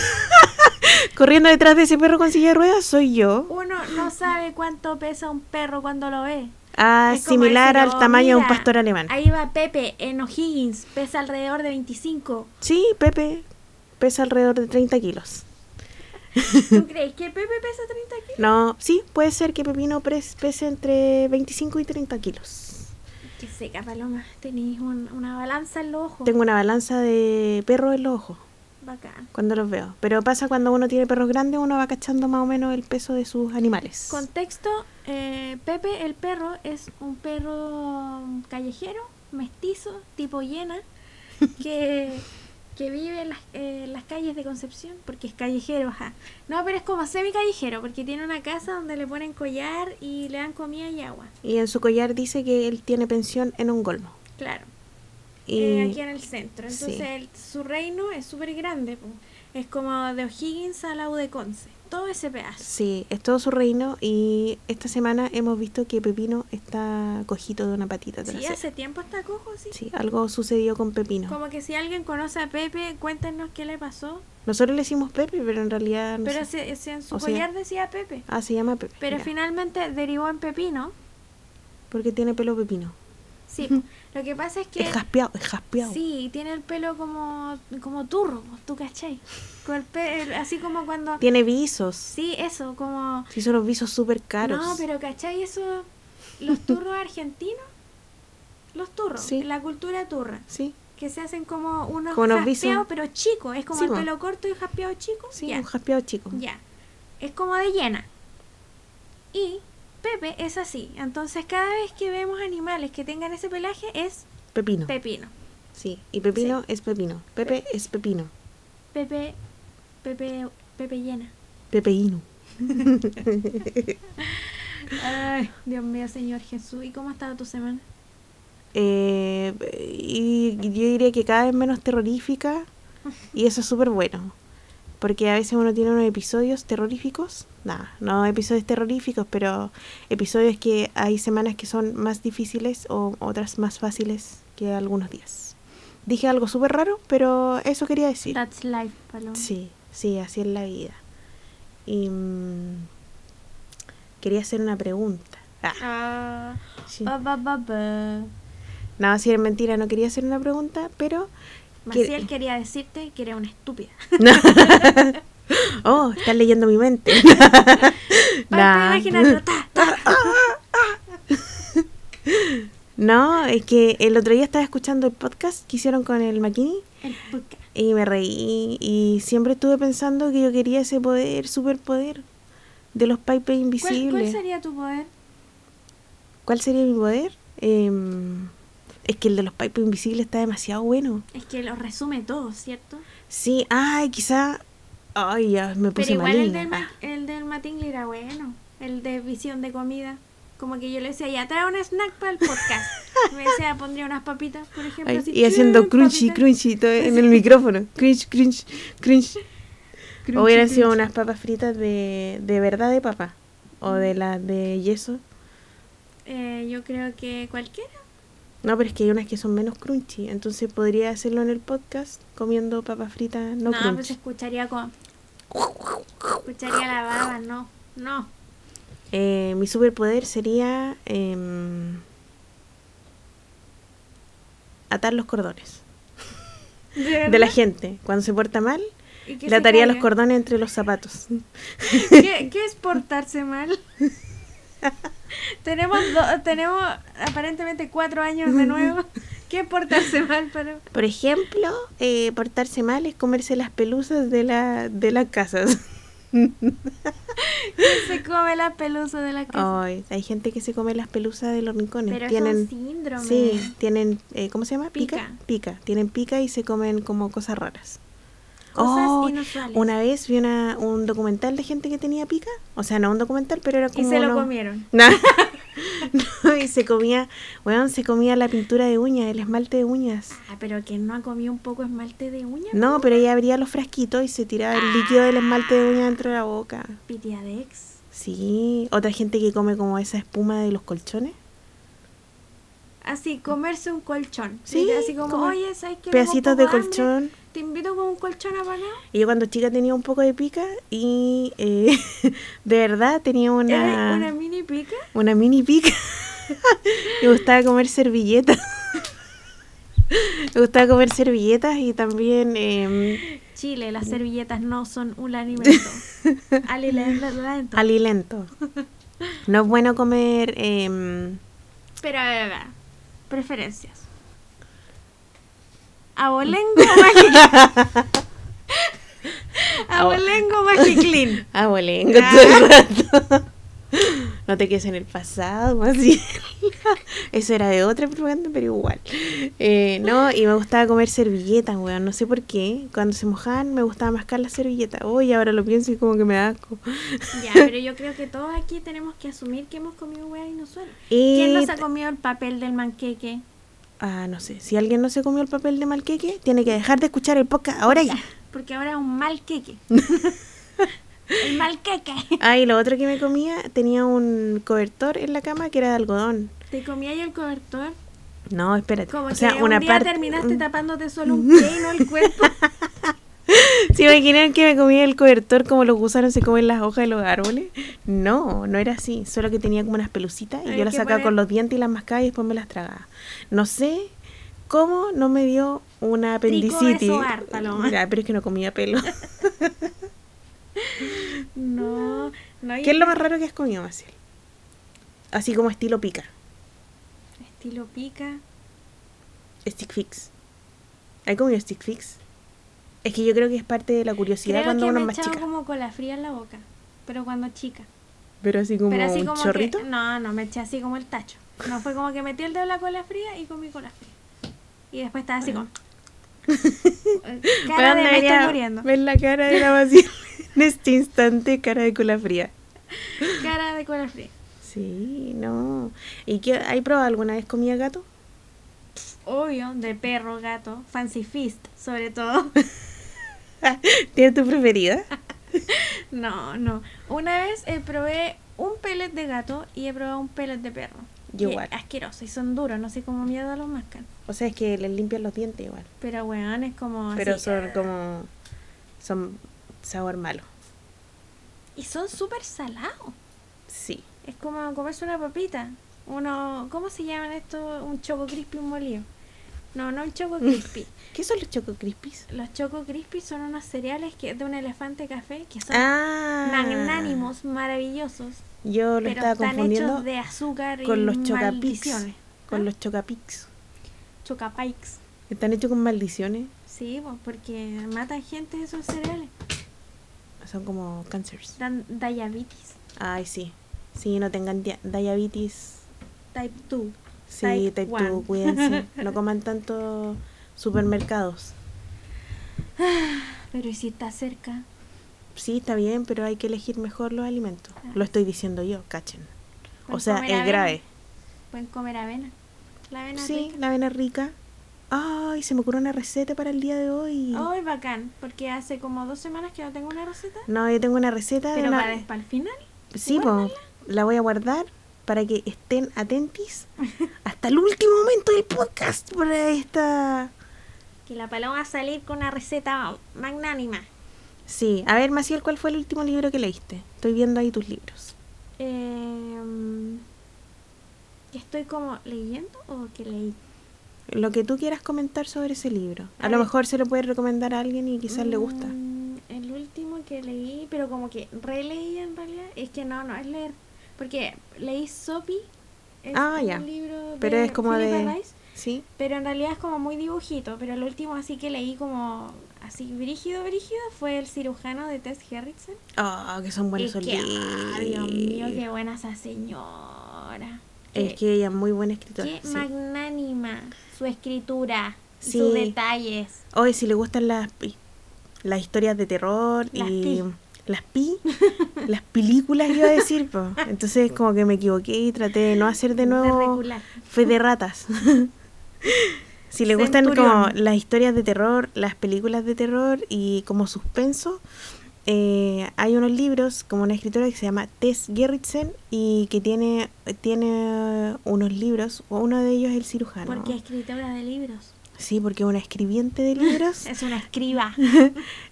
B: corriendo detrás de ese perro con silla de ruedas, soy yo.
A: uno no sabe cuánto pesa un perro cuando lo ve.
B: Ah,
A: Es como
B: similar
A: decir, "Oh,
B: al tamaño de un
A: mira,
B: pastor alemán.
A: Ahí va Pepe en O'Higgins, pesa alrededor de 25.
B: Sí, Pepe pesa alrededor de 30 kilos.
A: ¿Tú crees que Pepe pesa 30 kilos?
B: No, sí, puede ser que Pepino pres- pese entre 25 y 30 kilos.
A: Que seca, Paloma. Tenéis un- una balanza en los ojos.
B: Tengo una balanza de perros en los ojos
A: Bacán.
B: cuando los veo. Pero pasa cuando uno tiene perros grandes, uno va cachando más o menos el peso de sus animales.
A: Contexto, eh, Pepe el perro es un perro callejero, mestizo, tipo hiena, que, que vive en las, eh, en las calles de Concepción, porque es callejero, ajá. No, pero es como semi-callejero, porque tiene una casa donde le ponen collar y le dan comida y agua,
B: Y en su collar dice que él tiene pensión en un golmo.
A: claro,
B: Y
A: eh, aquí en el centro. Entonces
B: sí.
A: el- su reino es súper grande, po. es como de O'Higgins a la U de Conce, todo ese pedazo.
B: sí, es todo su reino. Y esta semana hemos visto que Pepino está cojito de una patita
A: Sí,
B: trasera.
A: hace tiempo está cojo, sí.
B: Sí, algo sucedió con Pepino.
A: Como que si alguien conoce a Pepe, cuéntenos qué le pasó.
B: Nosotros le decimos Pepe, pero en realidad no
A: Pero
B: sé.
A: se- se- en su
B: O sea-
A: collar decía Pepe.
B: Ah, se llama Pepe.
A: Pero
B: ya.
A: finalmente derivó en Pepino.
B: Porque tiene pelo pepino.
A: Sí, po. lo que pasa es que...
B: Es jaspeado, es jaspeado.
A: Sí, tiene el pelo como, como turro, po, ¿tú cachai? Con el pe- el- así como cuando...
B: Tiene visos.
A: Sí, eso, como...
B: Sí, son los visos súper caros.
A: No, pero cachai, eso... Los turros argentinos. Los turros,
B: Sí.
A: la cultura turra.
B: Sí,
A: Que se hacen como unos
B: Como unos bison.
A: jaspeados, pero chicos. Es como
B: Sí,
A: el
B: po.
A: pelo corto y jaspeado chico.
B: sí,
A: ya,
B: un jaspeado chico.
A: ya. Es como de llena. Y Pepe es así. Entonces, cada vez que vemos animales que tengan ese pelaje, es
B: Pepino.
A: pepino.
B: sí, y pepino es pepino. Pepe es pepino.
A: Pepe, Pepe, Pepe llena.
B: Pepeíno.
A: Ay, Dios mío, Señor Jesús. ¿Y cómo ha estado tu semana?
B: Eh, y yo diría que cada vez menos terrorífica y eso es súper bueno. Porque a veces uno tiene unos episodios terroríficos, nada, no episodios terroríficos, pero episodios que hay semanas que son más difíciles o otras más fáciles que algunos días. Dije algo súper raro, pero eso quería decir.
A: That's life, Paloma.
B: Sí, sí, así es la vida. Y mm, quería hacer una pregunta. Ah,
A: Ah,
B: sí.
A: ba, ba, ba, ba.
B: No, si era mentira, no quería hacer una pregunta, pero...
A: Maciel quería decirte que era una estúpida.
B: Oh, estás leyendo mi mente. Nah.
A: Para imaginarlo, ta, ta.
B: No, es que el otro día estaba escuchando el podcast que hicieron con el Makini
A: El puca.
B: y me reí y siempre estuve pensando que yo quería ese poder, superpoder de los pipes
A: ¿Cuál,
B: invisibles.
A: cuál sería tu poder?
B: ¿Cuál sería mi poder? Em, es que el de los pipes invisibles está demasiado bueno.
A: Es que lo resume todo, ¿cierto?
B: Sí, ay, quizá... Ay, ya me
A: Pero
B: puse
A: igual el
B: maligna.
A: del, ma-
B: Ah,
A: el del Matingly era bueno. El de visión de comida. Como que yo le decía, ya trae un snack para el podcast. Me decía, pondría unas papitas, por ejemplo.
B: ay,
A: así,
B: y haciendo
A: chun,
B: crunchy,
A: papitas.
B: crunchy todo en el micrófono. Crunch, crunch, crunch.
A: Crunchy,
B: O hubieran sido
A: crunchy.
B: unas papas fritas de, de verdad de papa. O de las de yeso.
A: Eh, yo creo que cualquiera.
B: No, pero es que hay unas que son menos crunchy. Entonces podría hacerlo en el podcast comiendo papas fritas no,
A: No, pues
B: crunchy.
A: escucharía con. Escucharía la baba, no. No.
B: Eh, mi superpoder sería em, atar los cordones de la gente. Cuando se porta mal,
A: ¿Y qué
B: le
A: se
B: ataría los
A: caiga?
B: cordones entre los zapatos.
A: ¿Qué, qué es portarse mal? tenemos, do- tenemos aparentemente cuatro años de nuevo. ¿Qué es portarse mal para.?
B: Por ejemplo, eh, portarse mal es comerse las pelusas de, la, de las casas.
A: ¿Quién se come la pelusa de la casa?
B: Ay, hay gente que se come las pelusas de los rincones.
A: Pero
B: Oh, tienen,
A: es un síndrome.
B: Sí, tienen, eh, ¿cómo se llama?
A: Pica.
B: Pica. Pica. Tienen pica y se comen como cosas raras.
A: Cosas
B: Oh,
A: inusuales.
B: Una vez vi una, un documental de gente que tenía pica. O sea, no un documental, pero era
A: y
B: como.
A: se lo
B: uno-
A: comieron.
B: No. No, y se comía, weón, se comía la pintura de uñas, el esmalte de uñas.
A: Ah, pero que no ha comido un poco esmalte de uña.
B: No, pero ella abría los frasquitos y se tiraba el líquido del esmalte de uñas dentro de la boca.
A: Pitiadex.
B: Sí, otra gente que come como esa espuma de los colchones.
A: Así, comerse un colchón.
B: Sí,
A: Así como,
B: como
A: oye, ¿sabes qué? Me dio
B: Pedacitos de
A: un poco hambre,
B: colchón.
A: Te invito con un colchón apanado.
B: Y yo cuando chica tenía un poco de pica y eh, de verdad tenía una,
A: Era
B: una,
A: una mini pica.
B: mini pica. Me gustaba comer servilletas. Me gustaba comer servilletas y también... eh,
A: Chile, las servilletas no son un alimento. Ali, la- la- la- la-
B: alilento. No es bueno comer... eh,
A: Pero, a ver, a ver, preferencias. Abolengo Magiclin. Abolengo Ah, Magiclin.
B: abolengo todo el rato. No te quedes en el pasado, más bien. Eso era de otra propaganda, pero igual. Eh, no, y me gustaba comer servilletas, weón. No sé por qué. Cuando se mojaban, me gustaba mascar las servilletas. Uy, ahora lo pienso y como que me da asco.
A: Ya, pero yo creo que todos aquí tenemos que asumir que hemos comido hueá inusual.
B: Y-
A: ¿Quién nos ha comido el papel del manqueque?
B: Ah, no sé. Si alguien no se comió el papel de malqueque, tiene que dejar de escuchar el podcast ahora ya.
A: Porque ahora es un mal queque. el mal queque.
B: Ah, y lo otro que me comía, tenía un cobertor en la cama que era de algodón.
A: Te comía yo el cobertor.
B: No, espérate.
A: Como
B: o sea,
A: que
B: una
A: un día
B: parte.
A: terminaste tapándote solo un pie y no el cuerpo.
B: ¿Se imaginan que me comía el cobertor como los gusanos se comen las hojas de los árboles? No, no era así. Solo que tenía como unas pelucitas y
A: Hay
B: yo las
A: que
B: sacaba con
A: poner-
B: los dientes y las mascaba y después me las tragaba. No sé cómo no me dio una apendicitis.
A: sobar, Paloma.
B: Ya, pero es que no comía pelo.
A: No, no hay
B: ¿Qué es lo más raro que has comido, Maciel? Así como estilo pica.
A: estilo pica.
B: Stick Fix. ¿Hay como un Stick Fix? Es que yo creo que es parte de la curiosidad
A: Creo
B: cuando
A: que
B: uno
A: me
B: es más
A: echaba
B: chica.
A: como cola fría en la boca, pero cuando chica.
B: Pero así como
A: pero así
B: un
A: como
B: chorrito.
A: que no, no me eché así como el tacho. No fue como que metí el dedo en la cola fría y comí cola fría. Y después estaba así como cara
B: Weón,
A: de me
B: debería
A: estoy muriendo.
B: Ver la cara de la vacía en este instante, cara de cola fría.
A: Cara de cola fría.
B: Sí, no. ¿Y qué, hay probado alguna vez comida gato?
A: Obvio, de perro, gato, fancy feast, sobre todo.
B: ¿Tienes tu preferida?
A: No, no. Una vez eh, probé un pellet de gato y he probado un pellet de perro.
B: Yo
A: Y
B: igual.
A: es asqueroso y son duros, no sé cómo mierda los mascan.
B: O sea, es que les limpian los dientes igual.
A: Pero weón, es como
B: pero
A: así.
B: son como. Son sabor malo.
A: Y son súper salados.
B: Sí.
A: Es como comerse una papita. Uno, ¿cómo se llaman esto? Un choco crispy, un molido. No, no un choco crispy.
B: ¿Qué son los Choco Crispies?
A: Los choco crispy son unos cereales que de un elefante café que son
B: Ah.
A: magnánimos, maravillosos,
B: Yo lo
A: pero
B: estaba
A: están
B: confundiendo
A: hechos de azúcar y
B: con los Chocapix.
A: maldiciones.
B: Con
A: ¿Ah?
B: los Chocapix.
A: Chocapikes.
B: Están hechos con maldiciones.
A: Sí, pues, porque matan gente esos cereales.
B: Son como cánceres.
A: Dan diabetes
B: Ay, sí. Sí, no tengan dia- diabetes.
A: type 2.
B: Sí,
A: Type
B: type 2,
A: one.
B: cuídense. No coman tanto supermercados.
A: Pero ¿y si está cerca?
B: Sí, está bien, pero hay que elegir mejor los alimentos.
A: Ah.
B: Lo estoy diciendo yo, cachen. O
A: Pueden
B: sea,
A: comer
B: es
A: avena,
B: grave.
A: Pueden comer avena. La avena es
B: Sí,
A: rica.
B: la avena es rica. Ay, se me ocurrió una receta para el día de hoy.
A: Ay, bacán, porque hace como dos semanas que no tengo una receta.
B: No, yo tengo una receta de
A: Pero
B: una-
A: para, para el final,
B: Sí, po, la voy a guardar para que estén atentis hasta el último momento del podcast para esta...
A: que la paloma va a salir con una receta magnánima.
B: Sí, a ver, Maciel, ¿cuál fue el último libro que leíste? Estoy viendo ahí tus libros.
A: Eh, estoy como leyendo o que leí.
B: Lo que tú quieras comentar sobre ese libro. A,
A: A
B: lo
A: ver.
B: mejor se lo puedes recomendar a alguien y quizás le gusta.
A: Mm, El último que leí, pero como que releí en realidad, es que no, no es leer. Porque leí Sopi, es
B: Ah,
A: un
B: ya.
A: libro
B: Pero
A: de
B: es como
A: Philippa
B: de-
A: Rice,
B: ¿Sí?
A: pero en realidad es como muy dibujito. Pero el último así que leí como así brígido, brígido, fue El cirujano de Tess Harrison.
B: Ah, que son buenos
A: es
B: esos
A: que, ah, Dios mío,
B: libros.
A: qué buena esa señora.
B: Es
A: Qué-
B: que ella es muy buena escritora.
A: qué
B: sí.
A: magnánima su escritura, y
B: Sí.
A: sus detalles.
B: Hoy si le gustan las pi- las historias de terror
A: Las
B: y
A: pi.
B: las pi, las películas iba a decir, po. entonces como que me equivoqué y traté de no hacer de nuevo
A: regular.
B: fe de ratas. si le gustan
A: Centurión.
B: como las historias de terror, las películas de terror y como suspenso, eh, hay unos libros como una escritora que se llama Tess Gerritsen y que tiene tiene unos libros, uno de ellos es El cirujano.
A: Porque es escritora de libros.
B: Sí, porque es una escribiente de libros.
A: Es una escriba.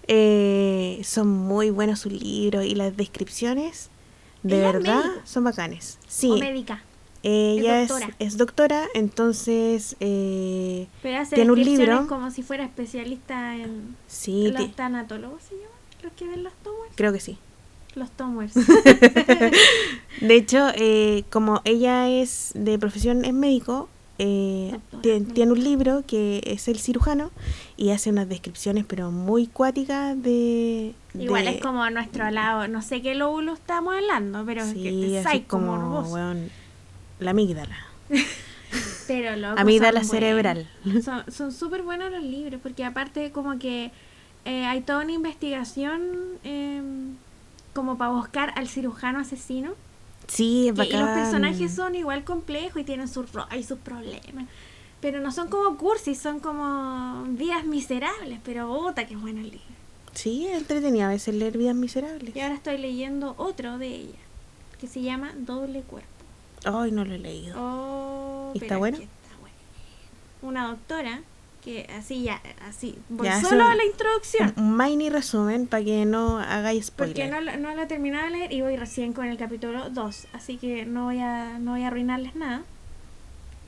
B: Eh, son muy buenos sus libros y las descripciones, de
A: Ella es
B: verdad,
A: médico.
B: son bacanes.
A: O
B: Sí,
A: médica.
B: ella
A: es
B: es doctora,
A: doctora.
B: es, doctora entonces eh,
A: Pero hace
B: Tiene un
A: descripciones
B: libro.
A: como si fuera especialista en
B: sí,
A: los
B: ti-
A: tanatólogos, se llaman. Los que ven los tomers.
B: creo que sí.
A: Los tomers.
B: De hecho, eh, como ella es de profesión es médico, eh,
A: Doctora,
B: tien-
A: médico.
B: tiene un libro que es el cirujano y hace unas descripciones pero muy cuáticas de...
A: Igual
B: de-
A: es como nuestro lado. No sé qué lóbulo estamos hablando, pero es
B: sí,
A: que es
B: así
A: psycho,
B: como,
A: morboso.
B: weón, la amígdala.
A: Pero loco,
B: Amígdala
A: son buenos.
B: cerebral.
A: Son son súper buenos los libros, porque aparte como que eh, hay toda una investigación eh, como para buscar al cirujano asesino.
B: Sí, es
A: Que- y los
B: bacán.
A: personajes son igual complejos y tienen sus ro- y sus problemas. Pero no son como cursis, son como vidas miserables. Pero puta, qué buena libro.
B: Sí, es entretenido a veces leer Vidas Miserables.
A: Y ahora estoy leyendo otro de ella, que se llama Doble Cuerpo.
B: Ay, no lo he leído.
A: Oh,
B: ¿Y
A: pero
B: está
A: es
B: bueno?
A: que está bueno. Una doctora que así ya, así, voy
B: Ya,
A: solo
B: eso-
A: a la introducción.
B: Un mini resumen para que no hagáis
A: Porque
B: spoiler.
A: no, lo- no la terminaba de leer y voy recién con el capítulo 2, así que no voy, a, no voy a arruinarles nada.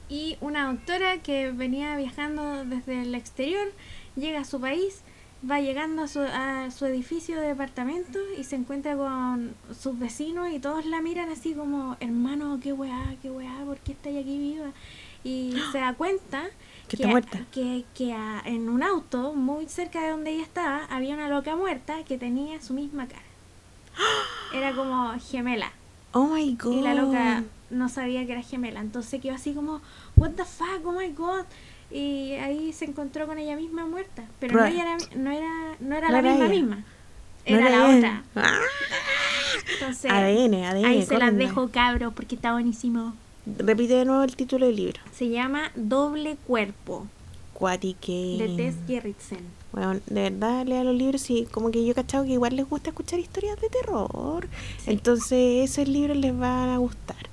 A: Y una doctora que venía viajando desde el exterior, llega a su país, va llegando a su, a su edificio de departamento y se encuentra con sus vecinos y todos la miran así como, hermano, qué weá, qué weá, ¿por qué estáis aquí viva? y se da cuenta
B: Que está muerta.
A: que- que a- en un auto muy cerca de donde ella estaba había una loca muerta que tenía su misma cara. Era como gemela.
B: Oh my god.
A: Y la loca no sabía que era gemela. Entonces quedó así como, what the fuck, oh my god. Y ahí se encontró con ella misma muerta. Pero no,
B: Right.
A: ella era, no era, no era
B: No
A: la
B: era
A: misma
B: ella.
A: misma.
B: No
A: Era la
B: ella.
A: otra.
B: Ah,
A: Entonces,
B: ADN, ADN.
A: ahí se las
B: córrenla.
A: dejo cabros porque está buenísimo.
B: Repite de nuevo el título del libro.
A: Se llama Doble Cuerpo
B: Cuatique.
A: de Tess Gerritsen.
B: Bueno, de verdad, lea los libros y como que yo he cachado que igual les gusta escuchar historias de terror.
A: Sí.
B: Entonces, esos libros les van a gustar.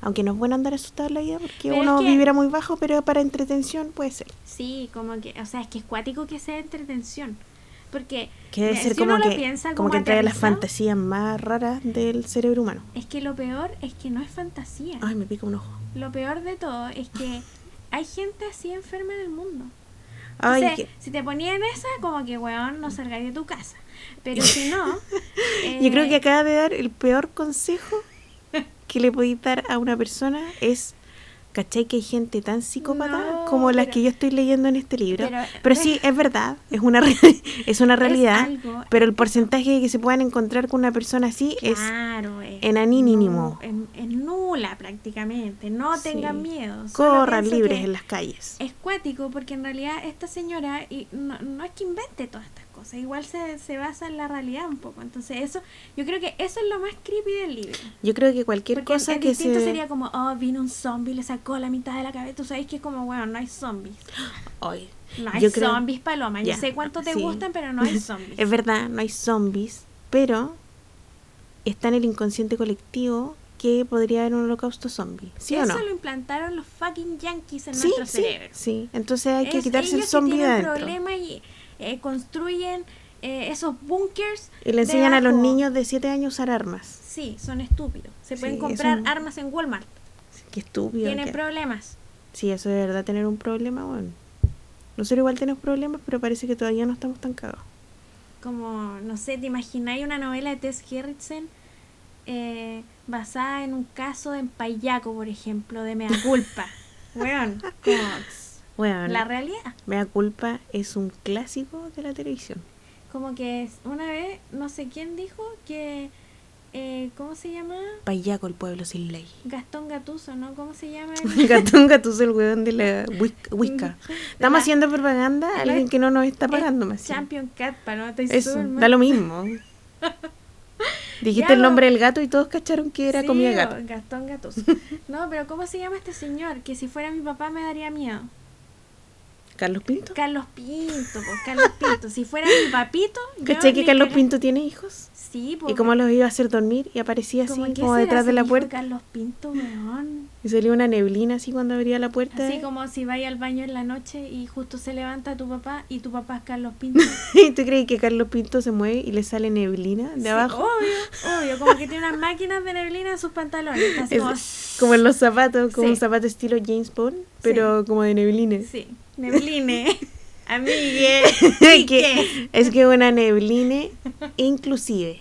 B: Aunque no es bueno andar asustado en la vida porque
A: Pero es
B: uno
A: que-
B: vivirá muy bajo, pero para entretención puede ser.
A: Sí, como que, o sea, es que es cuático que sea entretención. Porque
B: Que debe
A: mira,
B: ser
A: si
B: como
A: uno
B: que,
A: lo piensa
B: como que entrega las
A: aterrizado,
B: fantasías más raras del cerebro humano.
A: Es que lo peor es que no es fantasía.
B: Ay, me pica un ojo.
A: Lo peor de todo es que hay gente así enferma en el mundo.
B: Ay,
A: Entonces,
B: que-
A: si te ponían esa, como que, weón, no salgáis de tu casa. Pero si no...
B: yo creo
A: eh,
B: que acaba de dar el peor consejo que le podéis dar a una persona es, ¿cachai que hay gente tan psicópata
A: No,
B: como las
A: pero-
B: que yo estoy leyendo en este libro?
A: pero-
B: Pero, sí, es verdad, es una, re- es una realidad,
A: algo-
B: pero el porcentaje que se puedan encontrar con una persona así
A: claro, es
B: enanínimo.
A: nu- en- es nula prácticamente. No
B: Sí.
A: tengan miedo.
B: es
A: solo
B: corran
A: piensa
B: libres
A: que eh,
B: en las calles.
A: Es cuático porque en realidad esta señora y no, no es que invente todas estas cosas. Igual se, se basa en la realidad un poco. Entonces eso, yo creo que eso es lo más creepy del libro.
B: Yo creo que cualquier
A: Porque
B: cosa
A: el
B: que
A: distinto
B: se...
A: sería como, oh, vino un zombie, le sacó la mitad de la cabeza. Tú sabes que es como, bueno, no hay zombies.
B: Ay,
A: No hay
B: yo creo-
A: zombies, Paloma.
B: Ya,
A: Yo sé cuánto te
B: sí.
A: gustan, pero no hay zombies.
B: Es verdad, no hay zombies, pero está en el inconsciente colectivo que podría haber un holocausto zombie, ¿sí
A: Eso
B: o no?
A: lo implantaron los fucking yankees en
B: sí,
A: nuestro
B: sí,
A: cerebro.
B: sí. Entonces hay que
A: Es
B: quitarse el
A: ellos que
B: zombie de
A: tienen
B: adentro.
A: problema y eh, construyen eh, esos bunkers.
B: Y le enseñan a los
A: debajo.
B: niños de 7 años a usar armas.
A: Sí, son estúpidos. Se pueden
B: Sí, es
A: comprar
B: un-
A: armas en Walmart.
B: Qué estúpido.
A: Tienen
B: que-
A: problemas.
B: Sí, eso de verdad tener un problema, bueno. Nosotros igual tenemos problemas, pero parece que todavía no estamos tan cagados.
A: como, no sé, ¿te imagináis una novela de Tess Gerritsen eh, basada en un caso de Payaco, por ejemplo, de Mea Culpa? Weón, como tss,
B: Bueno,
A: la realidad.
B: Mea Culpa es un clásico de la televisión.
A: Como que es- una vez, no sé quién dijo que, eh, ¿cómo se llama?
B: Payaco, el pueblo sin ley.
A: Gastón Gatuso, ¿no? ¿Cómo se llama?
B: Gatón Gatuso, el weón de la whis- Whisca. Estamos
A: la-
B: haciendo propaganda a alguien que no nos está pagando más.
A: Champion Cat, para no te
B: Eso,
A: insulman.
B: da lo mismo. Dijiste
A: Ya,
B: el
A: bo-
B: nombre del gato y todos cacharon que era
A: Sí,
B: comida de
A: o
B: gato.
A: Gastón Gatuso. No, pero ¿cómo se llama este señor? Que si fuera mi papá me daría miedo.
B: Carlos Pinto.
A: Carlos Pinto, pues Carlos Pinto. Si fuera mi papito. yo
B: ¿Cachai que
A: le
B: Carlos
A: quer-
B: Pinto tiene hijos?
A: Sí, pues.
B: ¿Y cómo los iba a hacer dormir? Y aparecía así,
A: como que
B: como
A: será
B: detrás de
A: ese
B: la
A: hijo
B: puerta.
A: Carlos Pinto, weón.
B: Y salía una neblina así cuando abría la puerta.
A: Así como si vaya al baño en la noche y justo se levanta tu papá y tu papá es Carlos Pinto.
B: ¿Y tú crees que Carlos Pinto se mueve y le sale neblina de
A: Sí, Oh.
B: abajo?
A: Obvio, obvio. Como que tiene unas máquinas de neblina en sus pantalones. Así
B: Es-
A: como.
B: como en los zapatos, como
A: Sí.
B: un zapato estilo James Bond, pero como de neblina.
A: Sí, nebline. Amigue.
B: Que-
A: chique.
B: es que una neblina inclusive.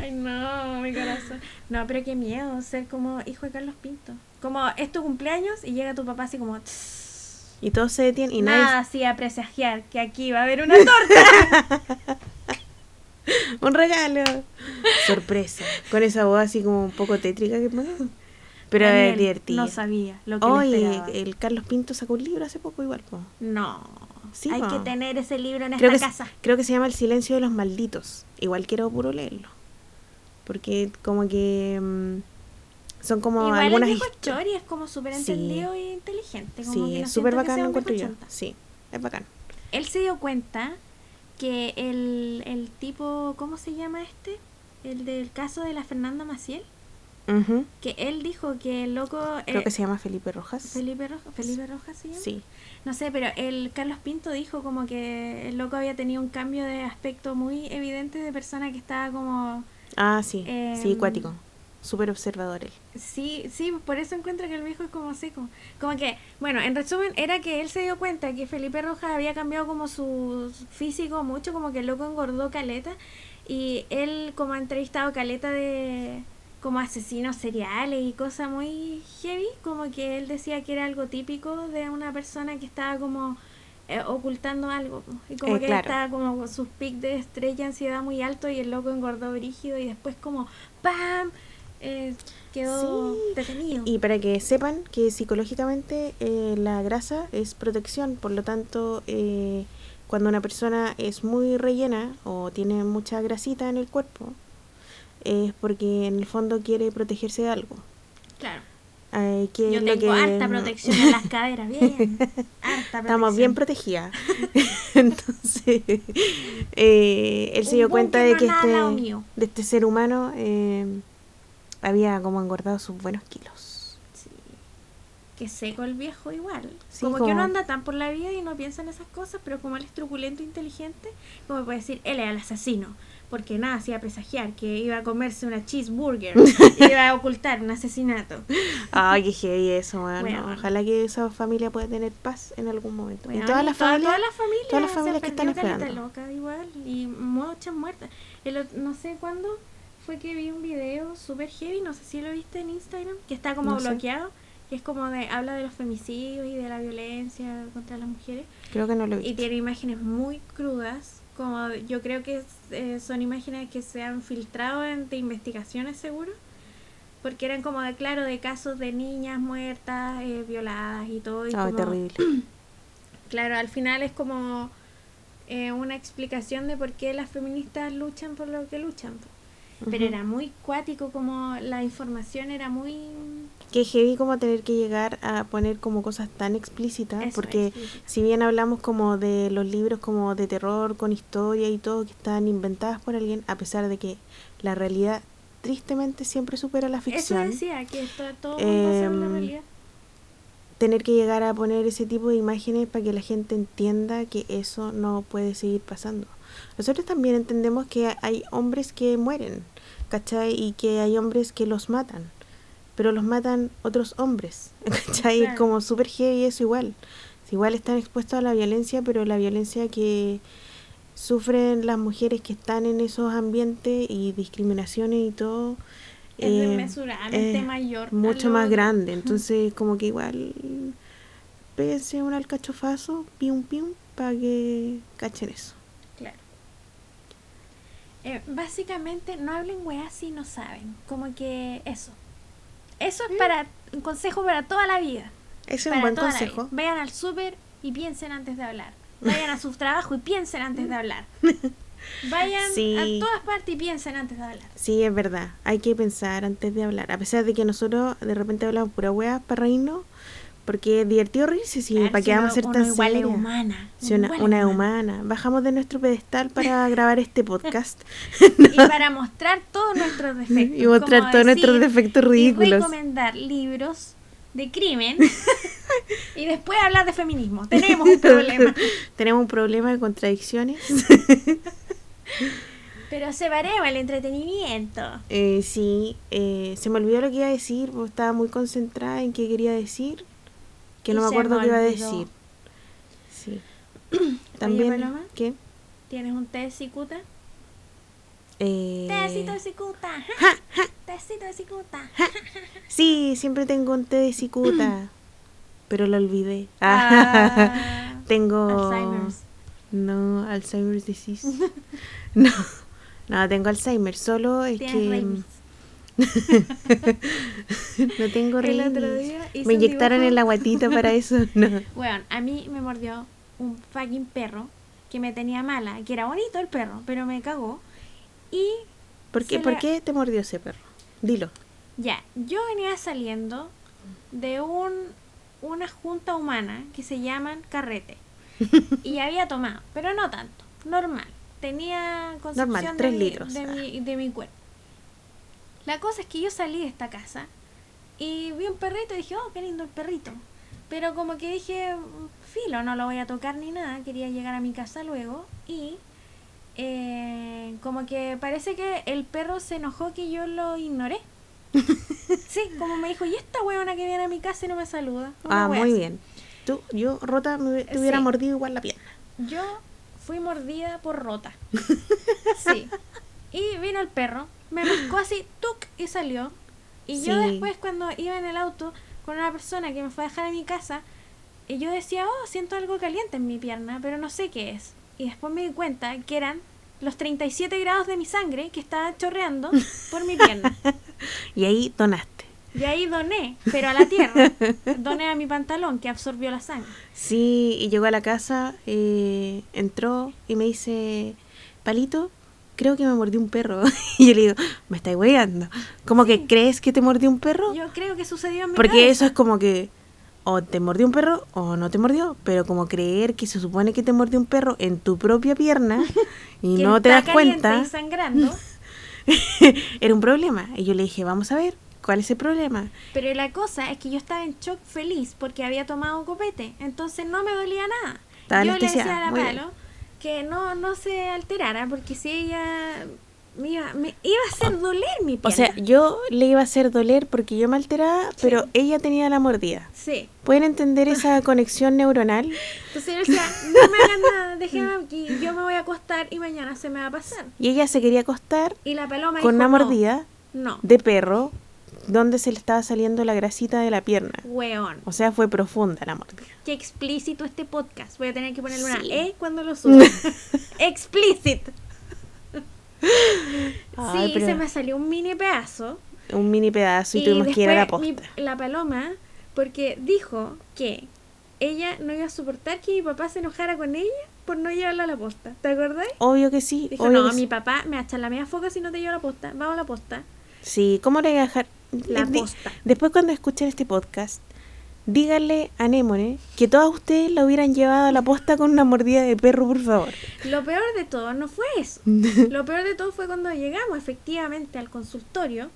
A: Ay, no, mi corazón. No, pero qué miedo ser como hijo de Carlos Pinto. Como es tu cumpleaños y llega tu papá así como... "Tss".
B: Y todos se detienen y
A: Nada
B: nadie...
A: así a presagiar que aquí va a haber una torta.
B: Un regalo. Sorpresa. Con esa voz así como un poco tétrica que pone. Pero
A: Daniel,
B: es divertido.
A: No sabía lo que le
B: Oye,
A: esperaba.
B: el Carlos Pinto sacó un libro hace poco igual. po.
A: No.
B: Sí,
A: hay
B: po.
A: que tener ese libro en
B: Creo que,
A: esta
B: se-
A: casa.
B: creo que se llama El silencio de los malditos. Igual quiero puro leerlo. Porque como que... mm, son como
A: Igual
B: algunas...
A: el viejo
B: histo-
A: Chori es como súper
B: Sí.
A: entendido y inteligente. Como que
B: Sí,
A: no
B: es
A: siento
B: súper
A: que
B: bacán,
A: sea
B: lo
A: un
B: encuentro yo.
A: viejo chanta.
B: Sí, es bacán.
A: Él se dio cuenta que el, el tipo, ¿cómo se llama este? El del caso de la Fernanda Maciel.
B: Ujú.
A: Que él dijo que el loco...
B: Creo
A: eh,
B: que se llama Felipe Rojas.
A: Felipe Rojas, Felipe Rojas se llama.
B: Sí.
A: No sé, pero el Carlos Pinto dijo como que el loco había tenido un cambio de aspecto muy evidente de persona que estaba como...
B: Ah, sí. sí,
A: Em,
B: cuático. Súper observador él.
A: Sí, sí, por eso encuentro que el viejo es como seco. Como que, bueno, en resumen, era que él se dio cuenta que Felipe Rojas había cambiado como su físico mucho, como que el loco engordó caleta. Y él como ha entrevistado caleta de, como asesinos seriales y cosas muy heavy, como que él decía que era algo típico de una persona que estaba como eh, ocultando algo. Y como
B: Eh,
A: que
B: claro.
A: él estaba como con sus pics de estrella, ansiedad muy alto y el loco engordó brígido y después como ¡pam! Eh, quedó
B: Sí.
A: detenido.
B: Y para que sepan que psicológicamente eh, la grasa es protección, por lo tanto, eh, cuando una persona es muy rellena o tiene mucha grasita en el cuerpo, es porque en el fondo quiere protegerse de algo.
A: claro.
B: Ay, que es
A: Yo
B: lo
A: tengo
B: que-
A: harta protección en las caderas, bien. Harta
B: Estamos bien
A: protección.
B: protegidas. Entonces, eh, él se
A: Un
B: dio cuenta
A: búnker
B: de
A: no
B: que
A: es nada al lado
B: este,
A: mío.
B: de este ser humano eh, había como engordado sus buenos kilos.
A: Sí. Que seco el viejo igual.
B: Sí,
A: como,
B: como-
A: que uno anda tan por la vida y no piensa en esas cosas, pero como él es truculento e inteligente, como puede decir, él era el asesino. Porque nada hacía presagiar que iba a comerse una cheeseburger y iba a ocultar un asesinato.
B: Ay, qué heavy eso, weón.
A: Weón.
B: Ojalá que esa familia pueda tener paz en algún momento.
A: Bueno,
B: y todas las
A: toda-
B: familias.
A: todas las familias,
B: todas las
A: se
B: familias que están
A: perdió caleta
B: esperando.
A: loca igual, y muchas muertas. El ot- no sé cuándo fue que vi un video super heavy, no sé si lo viste en Instagram, que está como
B: No sé.
A: bloqueado, que es como de habla de los femicidios y de la violencia contra las mujeres
B: Creo que no lo
A: y
B: vi.
A: tiene imágenes muy crudas, como de- yo creo que es, eh, son imágenes que se han filtrado en- de investigaciones seguro, porque eran como de claro de casos de niñas muertas, eh, violadas y todo y
B: Ay,
A: como-
B: terrible.
A: Claro, al final es como eh, una explicación de por qué las feministas luchan por lo que luchan. po. Pero
B: Ujú.
A: era muy cuático, como la información era muy...
B: Qué heavy como tener que llegar a poner como cosas tan explícitas,
A: eso,
B: porque
A: explícita.
B: si bien hablamos como de los libros como de terror con historia y todo que están inventadas por alguien, a pesar de que la realidad tristemente siempre supera la
A: Eso
B: ficción,
A: decía, que está todo muy basado en la
B: Em,
A: realidad.
B: tener que llegar a poner ese tipo de imágenes para que la gente entienda que eso no puede seguir pasando. Nosotros también entendemos que hay hombres que mueren, ¿cachai? Y que hay hombres que los matan, pero los matan otros hombres, ¿cachai?
A: Claro.
B: Como super heavy eso igual. Igual están expuestos a la violencia, pero la violencia que sufren las mujeres que están en esos ambientes y discriminaciones y todo.
A: Es
B: eh,
A: desmesuradamente
B: eh,
A: mayor.
B: mucho
A: a lo-
B: más grande. Entonces, como que igual péguense un alcachofazo, pium pium, para que cachen eso.
A: Claro. Eh, básicamente, no hablen weas si no saben. Como que eso. Eso
B: Mm.
A: es para un consejo para toda la vida.
B: Ese es un
A: Para
B: buen
A: toda la
B: consejo.
A: vida. Vayan al súper y piensen antes de hablar. Vayan a su trabajo y piensen antes de hablar. Vayan
B: Sí.
A: a todas partes y piensen antes de hablar.
B: Sí, es verdad. Hay que pensar antes de hablar. A pesar de que nosotros de repente hablamos pura hueá para reírnos, porque es divertido reírse, sí,
A: Claro,
B: para que
A: si
B: vamos a
A: uno-
B: ser
A: uno
B: tan
A: igual es
B: serias.
A: humana.
B: Si
A: uno
B: una,
A: igual es
B: una es
A: humana.
B: humana. Bajamos de nuestro pedestal para grabar este podcast
A: Y para mostrar todos nuestros defectos.
B: y mostrar
A: como
B: todos nuestros
A: decir,
B: defectos
A: Y
B: ridículos.
A: recomendar libros de crimen y después hablar de feminismo. Tenemos un problema.
B: Tenemos un problema de contradicciones.
A: Pero separemos el entretenimiento.
B: Eh, sí, eh, se me olvidó lo que iba a decir, porque estaba muy concentrada en qué quería decir, que
A: Y
B: no me
A: se
B: acuerdo
A: me
B: qué iba a
A: olvidó.
B: decir. Sí. También,
A: Paloma.
B: ¿qué?
A: ¿Tienes un té de cicuta?
B: Eh,
A: Tecito de cicuta. Tecito de cicuta.
B: sí, siempre tengo un té de cicuta, pero lo olvidé.
A: Ah,
B: tengo...
A: Alzheimer's.
B: No, Alzheimer's disease. no, no, tengo Alzheimer, solo es
A: Tienes
B: que...
A: rabies.
B: no tengo
A: El otro
B: rabies.
A: día hice
B: Me
A: un
B: inyectaron
A: dibujo.
B: en la guatita para eso, no.
A: Weón, a mí me mordió un fucking perro que me tenía mala, que era bonito el perro, pero me cagó. Y
B: ¿Por qué,
A: Se
B: ¿Por
A: le-
B: qué te mordió ese perro? Dilo.
A: Ya, yo venía saliendo de un, una junta humana que se llaman carrete. Y había tomado, pero no tanto, normal. Tenía concepción
B: Normal,
A: de
B: tres
A: mi-
B: litros,
A: de,
B: ah.
A: mi, de mi cuerpo. La cosa es que yo salí de esta casa y vi un perrito y dije, oh, qué lindo el perrito. Pero como que dije, filo, no lo voy a tocar ni nada, quería llegar a mi casa luego y eh, como que parece que el perro se enojó que yo lo ignoré. sí, como me dijo, ¿y esta huevona que viene a mi casa y no me saluda? Una
B: ah,
A: wea
B: muy
A: así.
B: bien. Tú, yo, Rota, me hubie- te hubiera
A: Sí.
B: mordido igual la pierna.
A: Yo fui mordida por rota. Sí. Y vino el perro me pescó así, tuk, y salió. Y yo
B: Sí.
A: después cuando iba en el auto con una persona que me fue a dejar a mi casa, y yo decía, oh, siento algo caliente en mi pierna, pero no sé qué es. Y después me di cuenta que eran los 37 grados de mi sangre que estaba chorreando por mi pierna.
B: Y ahí donaste.
A: Y ahí doné, pero a la tierra. Doné a mi pantalón que absorbió la sangre.
B: Sí, y llegó a la casa, eh, entró y me dice, Palito, creo que me mordió un perro. y yo le digo, me estáis weyando. ¿Cómo que crees que te mordió un perro?
A: Yo creo que sucedió en mi
B: Porque
A: cabeza.
B: eso es como que o te mordió un perro o no te mordió, pero como creer que se supone que te mordió un perro en tu propia pierna y
A: Que
B: no te
A: está
B: das
A: caliente
B: cuenta,
A: Y sangrando,
B: era un problema. Y yo le dije, vamos a ver, ¿cuál es el problema?
A: pero la cosa es que yo estaba en shock feliz porque había tomado copete, entonces no me dolía nada.
B: Estaba
A: yo le decía
B: anestesiada,
A: a la
B: muy bien.
A: palo que no, no se alterara porque si ella me iba, me iba a hacer doler mi pierna.
B: O sea, yo le iba a hacer doler porque yo me alteraba, pero ella tenía la mordida.
A: sí.
B: ¿Pueden entender esa conexión neuronal?
A: Entonces yo decía, no me hagan nada, déjenme aquí, yo me voy a acostar y mañana se me va a pasar.
B: Y ella se quería acostar
A: Y la paloma
B: con
A: dijo,
B: una
A: "No,
B: mordida
A: No,
B: de perro donde se le estaba saliendo la grasita de la pierna.
A: weón.
B: O sea, fue profunda la mordida.
A: Qué explícito este podcast. Voy a tener que ponerle una
B: Sí.
A: E cuando lo suba. Explícito.
B: Ay,
A: sí,
B: pero-
A: se me salió un mini pedazo.
B: un mini pedazo y, tuvimos que ir a la posta.
A: mi- la paloma, porque dijo que ella no iba a soportar que mi papá se enojara con ella por no llevarla a la posta. ¿Te acordás?
B: Obvio que sí.
A: Dijo,
B: obvio
A: no,
B: que
A: mi
B: sí.
A: papá me hacha la media foca si no te llevo a la posta. Vamos a la posta.
B: Sí, ¿cómo le voy a dejar? Eh,
A: La
B: Di-
A: posta.
B: Después cuando escuchen este podcast, díganle a Némone que todas ustedes la hubieran llevado a la posta con una mordida de perro, por favor.
A: Lo peor de todo no fue eso. Lo peor de todo fue cuando llegamos efectivamente al consultorio.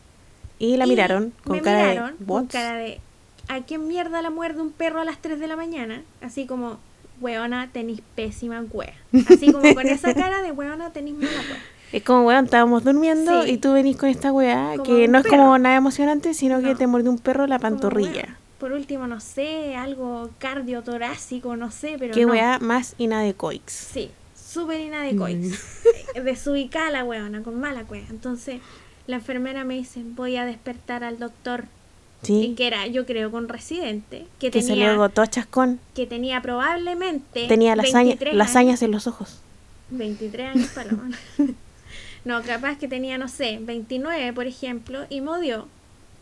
B: Y la
A: Y
B: miraron con
A: me
B: cara
A: miraron
B: de...
A: con
B: "What?".
A: cara de ¿A qué mierda la muerde un perro a las 3 de la mañana? Así como, weona, tenís pésima cueva. Así como con esa cara de weona, tenís mala cueva.
B: Es como, weón, estábamos durmiendo
A: Sí.
B: y tú venís con esta weá
A: Como
B: que
A: un
B: no es
A: perro.
B: como nada emocionante, sino que
A: No.
B: te mordió un perro la
A: Como,
B: pantorrilla.
A: weón, por último, no sé, algo cardiotorácico, no sé, pero
B: Qué
A: no.
B: weá más inadecoix.
A: Sí, súper inadecoix. Eh,
B: Mm.
A: Desubicada la weona, con mala cueva. Entonces, la enfermera me dice, voy a despertar al doctor. Y
B: Sí,
A: que era, yo creo, con residente. Que,
B: que, se le
A: tenía...
B: agotó chascón.
A: que tenía probablemente
B: Tenía lasaña,
A: 23
B: lasañas en los ojos.
A: años- 23 años Paloma. no, capaz que tenía, no sé, 29 por ejemplo, y modió.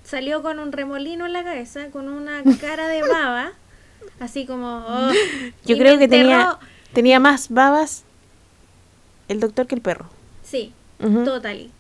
A: Salió con un remolino en la cabeza, con una cara de baba, así como... oh,
B: Yo
A: y
B: creo
A: me
B: que tenía,
A: enterró-
B: tenía más babas el doctor que el perro.
A: Sí,
B: Ujú.
A: totally.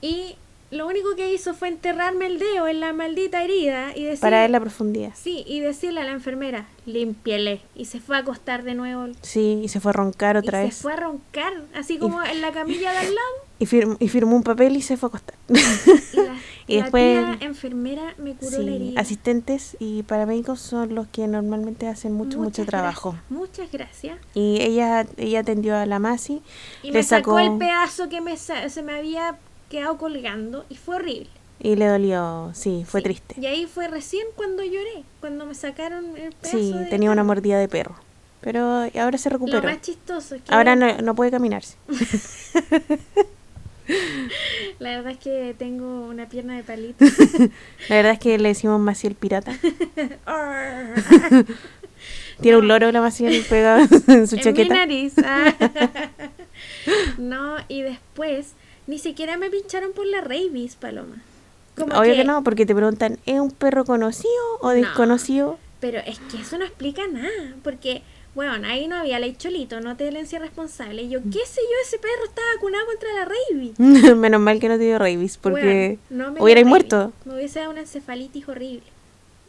A: Y lo único que hizo fue enterrarme el dedo en la maldita herida y decir...
B: Para ver la profundidad.
A: Sí, y decirle a la enfermera, límpiele. Y se fue a acostar de nuevo.
B: Sí, y se fue a roncar otra
A: y
B: vez.
A: se fue a roncar, así como en la camilla de al lado.
B: Y, firm- y firmó un papel y se fue a acostar.
A: Y la,
B: Y
A: la
B: después-
A: tía enfermera me curó la
B: Sí,
A: herida.
B: asistentes y paramédicos son los que normalmente hacen mucho, mucho
A: Muchas
B: trabajo.
A: gracias, muchas gracias.
B: Y ella, ella atendió a la Masi.
A: Y
B: Le
A: me sacó,
B: sacó-
A: el pedazo que me sa- se me había quedado colgando y fue horrible.
B: Y le dolió, sí, fue
A: Sí.
B: triste.
A: Y ahí fue recién cuando lloré, cuando me sacaron el pedazo.
B: Sí,
A: de-
B: tenía una mordida de perro. Pero ahora se
A: Lo
B: recuperó.
A: más chistoso es que
B: Ahora no, no puede caminarse.
A: la verdad es que tengo una pierna de palito.
B: La verdad es que le decimos Masi el pirata.
A: Arr.
B: Tiene un loro la Masi pegado en su
A: en
B: chaqueta.
A: mi nariz. Ah. no, y después ni siquiera me pincharon por la rabies, Paloma. Como
B: Obvio que... no, porque te preguntan, ¿es un perro conocido o
A: No.
B: desconocido?
A: Pero es que eso no explica nada, porque, bueno, ahí no había ley cholito, no violencia responsable. Y
B: Mm.
A: Yo, qué sé yo, ese perro está vacunado contra la rabies.
B: Menos mal que no te dio rabies, porque
A: Weón, no me dio
B: hubierais
A: rabies.
B: muerto.
A: Me hubiese dado una encefalitis horrible.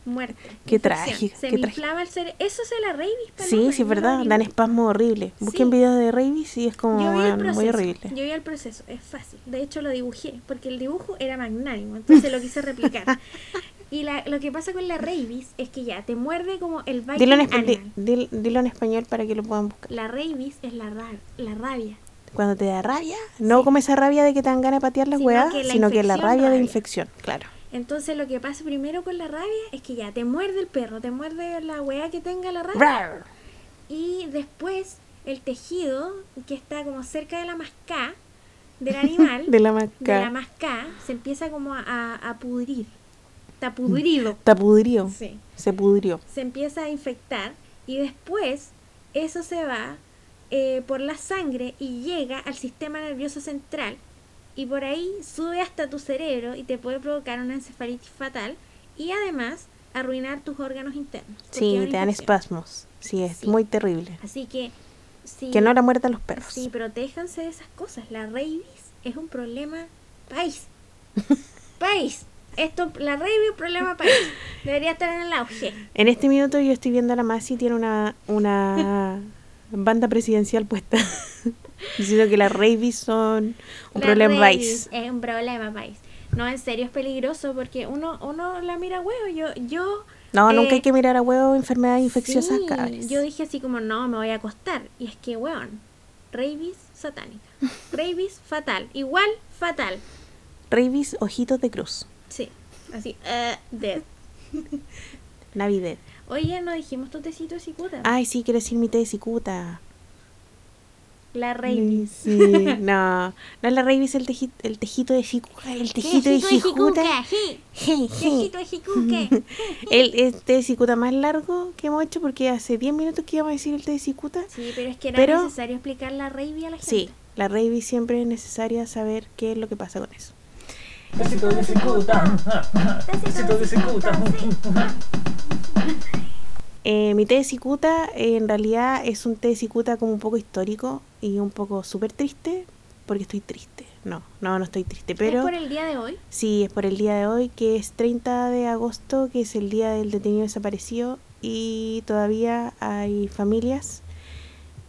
A: Muerte.
B: Qué
A: infección.
B: trágica,
A: Se
B: qué
A: me
B: trágica.
A: inflama el cerebro. Eso es la rabies, Paloma.
B: Sí, sí, es
A: no
B: verdad,
A: rabies.
B: dan espasmos horribles. Busquen
A: Sí.
B: videos de rabies y es como
A: Yo vi el
B: bueno,
A: proceso.
B: muy horrible.
A: Yo vi el proceso, es fácil. De hecho, lo dibujé, porque el dibujo era magnánimo, entonces lo quise replicar. Y la- lo que pasa con la rabies es que ya te muerde como el Viking
B: Dilo en, espa- di-
A: animal.
B: dil- dilo en español para que lo puedan buscar.
A: La rabies es la, ra- la rabia.
B: Cuando te da rabia, no
A: Sí.
B: como esa rabia de que te dan ganas de patear las
A: Sino
B: huevas,
A: que la
B: sino que la
A: infección,
B: rabia de
A: rabia.
B: infección, claro.
A: Entonces, lo que pasa primero con la rabia es que ya te muerde el perro, te muerde la weá que tenga la rabia.
B: Rar.
A: Y después el tejido que está como cerca de la mascá del animal,
B: de la
A: de la
B: maca.
A: mascá, se empieza como a, a pudrir. Está pudrido.
B: Está pudrió.
A: Sí.
B: Se pudrió.
A: se empieza a infectar y después eso se va eh, por la sangre y llega al sistema nervioso central y por ahí sube hasta tu cerebro y te puede provocar una encefalitis fatal y además arruinar tus órganos internos. porque es
B: Sí,
A: una
B: te dan
A: infección.
B: espasmos. Sí, es
A: Sí.
B: muy terrible.
A: Así que sí,
B: Que no la muerdan los perros.
A: sí, protéjanse de esas cosas. La rabies es un problema país. país. Esto, la rabies es un problema país. Debería estar en el auge.
B: En este minuto yo estoy viendo a la Masi tiene una, una banda presidencial puesta. Diciendo que las rabies son
A: La
B: un problema
A: rabies
B: país.
A: Es un problema país. No, en serio es peligroso porque uno, uno la mira huevo. Yo, yo.
B: No,
A: eh,
B: nunca hay que mirar a huevo enfermedades infecciosas
A: sí,
B: cabres.
A: Yo dije así como, no, me voy a acostar. Y es que, weón, rabies satánica. Rabies fatal. Igual fatal.
B: Rabies, ojitos de cruz.
A: Sí, así, eh, dead.
B: Navidad.
A: Oye, no dijimos tu tecito de cicuta.
B: Ay, sí, quiero decir mi té de cicuta. mm,
A: la rabies.
B: Sí, no. No la rabies, el, teji- el tejito de cicuta. El tejito de cicuta. Je, je.
A: Tejito de jicuque.
B: El el té de cicuta más largo que hemos hecho porque hace 10 minutos que íbamos a decir el té de cicuta.
A: Sí, pero es que era
B: Pero-
A: necesario explicar la rabies a la gente.
B: Sí, la rabies siempre es necesaria saber qué es lo que pasa con eso.
C: Tecito de cicuta. Tecito de cicuta.
B: Eh, mi té de cicuta eh, en realidad es un té de cicuta como un poco histórico y un poco súper triste porque estoy triste. No, no, no estoy triste, pero...
A: ¿Es por el día de hoy?
B: Sí, es por el día de hoy, que es 30 de agosto, que es el día del detenido desaparecido, y todavía hay familias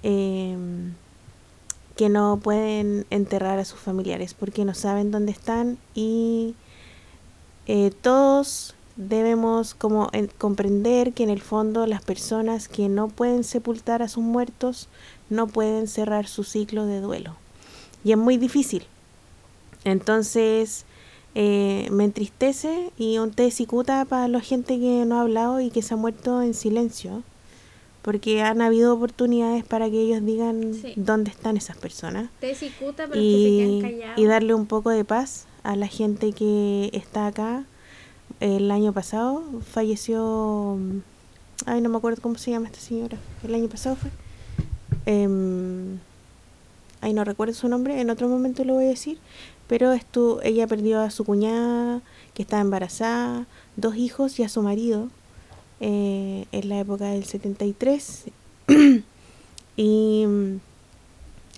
B: eh, que no pueden enterrar a sus familiares porque no saben dónde están y eh, todos debemos como en- comprender que en el fondo las personas que no pueden sepultar a sus muertos no pueden cerrar su ciclo de duelo y es muy difícil. Entonces eh, me entristece y un té de cicuta para la gente que no ha hablado y que se ha muerto en silencio, porque han habido oportunidades para que ellos digan
A: Sí.
B: dónde están esas personas
A: Té de cicuta para los que se
B: y,
A: quedan callados.
B: y darle un poco de paz a la gente que está acá. El año pasado falleció, mm, ay no me acuerdo cómo se llama esta señora, el año pasado fue. Em, ay no recuerdo su nombre, en otro momento lo voy a decir, pero estu ella perdió a su cuñada, que estaba embarazada, dos hijos y a su marido eh, en la época del 73 y mm,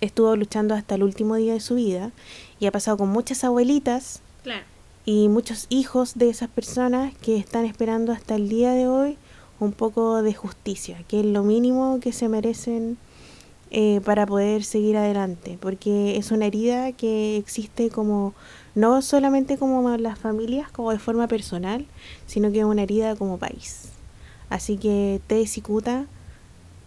B: estuvo luchando hasta el último día de su vida y ha pasado con muchas abuelitas
A: Claro.
B: y muchos hijos de esas personas que están esperando hasta el día de hoy un poco de justicia, que es lo mínimo que se merecen eh, para poder seguir adelante, porque es una herida que existe como no solamente como a las familias, como de forma personal, sino que es una herida como país. Así que té de cicuta,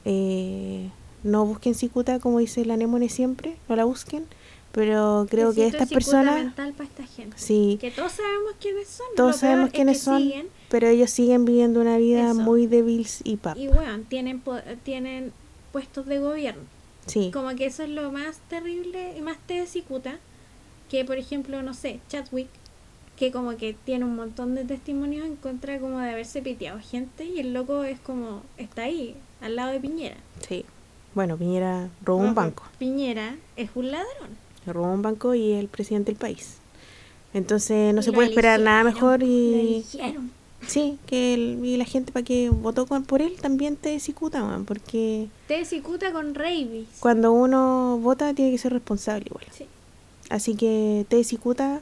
B: eh, no busquen cicuta como dice la anémone siempre, no la busquen, pero creo
A: Tecito
B: que
A: de
B: estas
A: cicuta
B: personas...
A: mental para esta gente.
B: Sí,
A: Que todos sabemos quiénes son.
B: todos
A: lo
B: sabemos
A: peor es
B: quiénes
A: que
B: son,
A: siguen
B: pero ellos siguen viviendo una vida
A: Eso.
B: muy débil y pap.
A: y bueno, tienen, po- tienen puestos de gobierno.
B: Sí,
A: Como que eso es lo más terrible y más te de cicuta. Que por ejemplo, no sé, Chadwick, que como que tiene un montón de testimonios en contra como de haberse piteado gente y el loco es como, está ahí, al lado de Piñera.
B: sí. Bueno, Piñera robó un
A: Ojo,
B: banco,
A: Piñera es un ladrón.
B: robó un banco y es el presidente del país. Entonces no
A: Y
B: se
A: lo
B: puede esperar nada
A: eligieron,
B: mejor
A: Lo
B: y
A: eligieron.
B: sí, que el- y la gente para que votó con- por él también te cicuta, man, porque
A: Te de cicuta con rabies.
B: cuando uno vota tiene que ser responsable igual.
A: Sí.
B: Así que te cicuta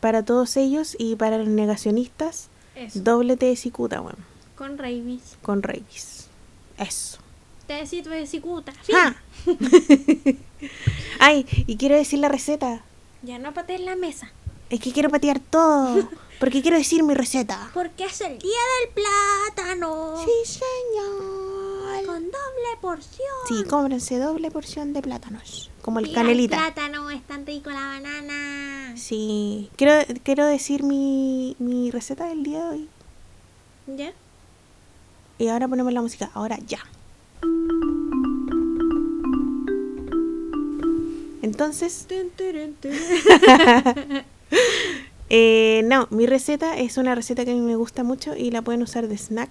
B: para todos ellos y para los negacionistas,
A: Eso,
B: doble te cicuta, weón.
A: con rabies.
B: con Reyes. Eso.
A: Tecito de cicuta.
B: ¡Ja! Ay, y quiero decir la receta.
A: Ya no patees la mesa.
B: Es que quiero patear todo. Porque quiero decir mi receta.
A: Porque es el día del plátano.
B: Sí, señor.
A: Oh. Con doble porción.
B: Sí, cómprense doble porción de plátanos. Como el
A: Mira,
B: canelita.
A: plátano es tan rico la banana.
B: Sí. Quiero, quiero decir mi, mi receta del día de hoy.
A: ¿Ya?
B: Y ahora ponemos la música. Ahora ya. Entonces, eh, no, mi receta es una receta que a mí me gusta mucho y la pueden usar de snack,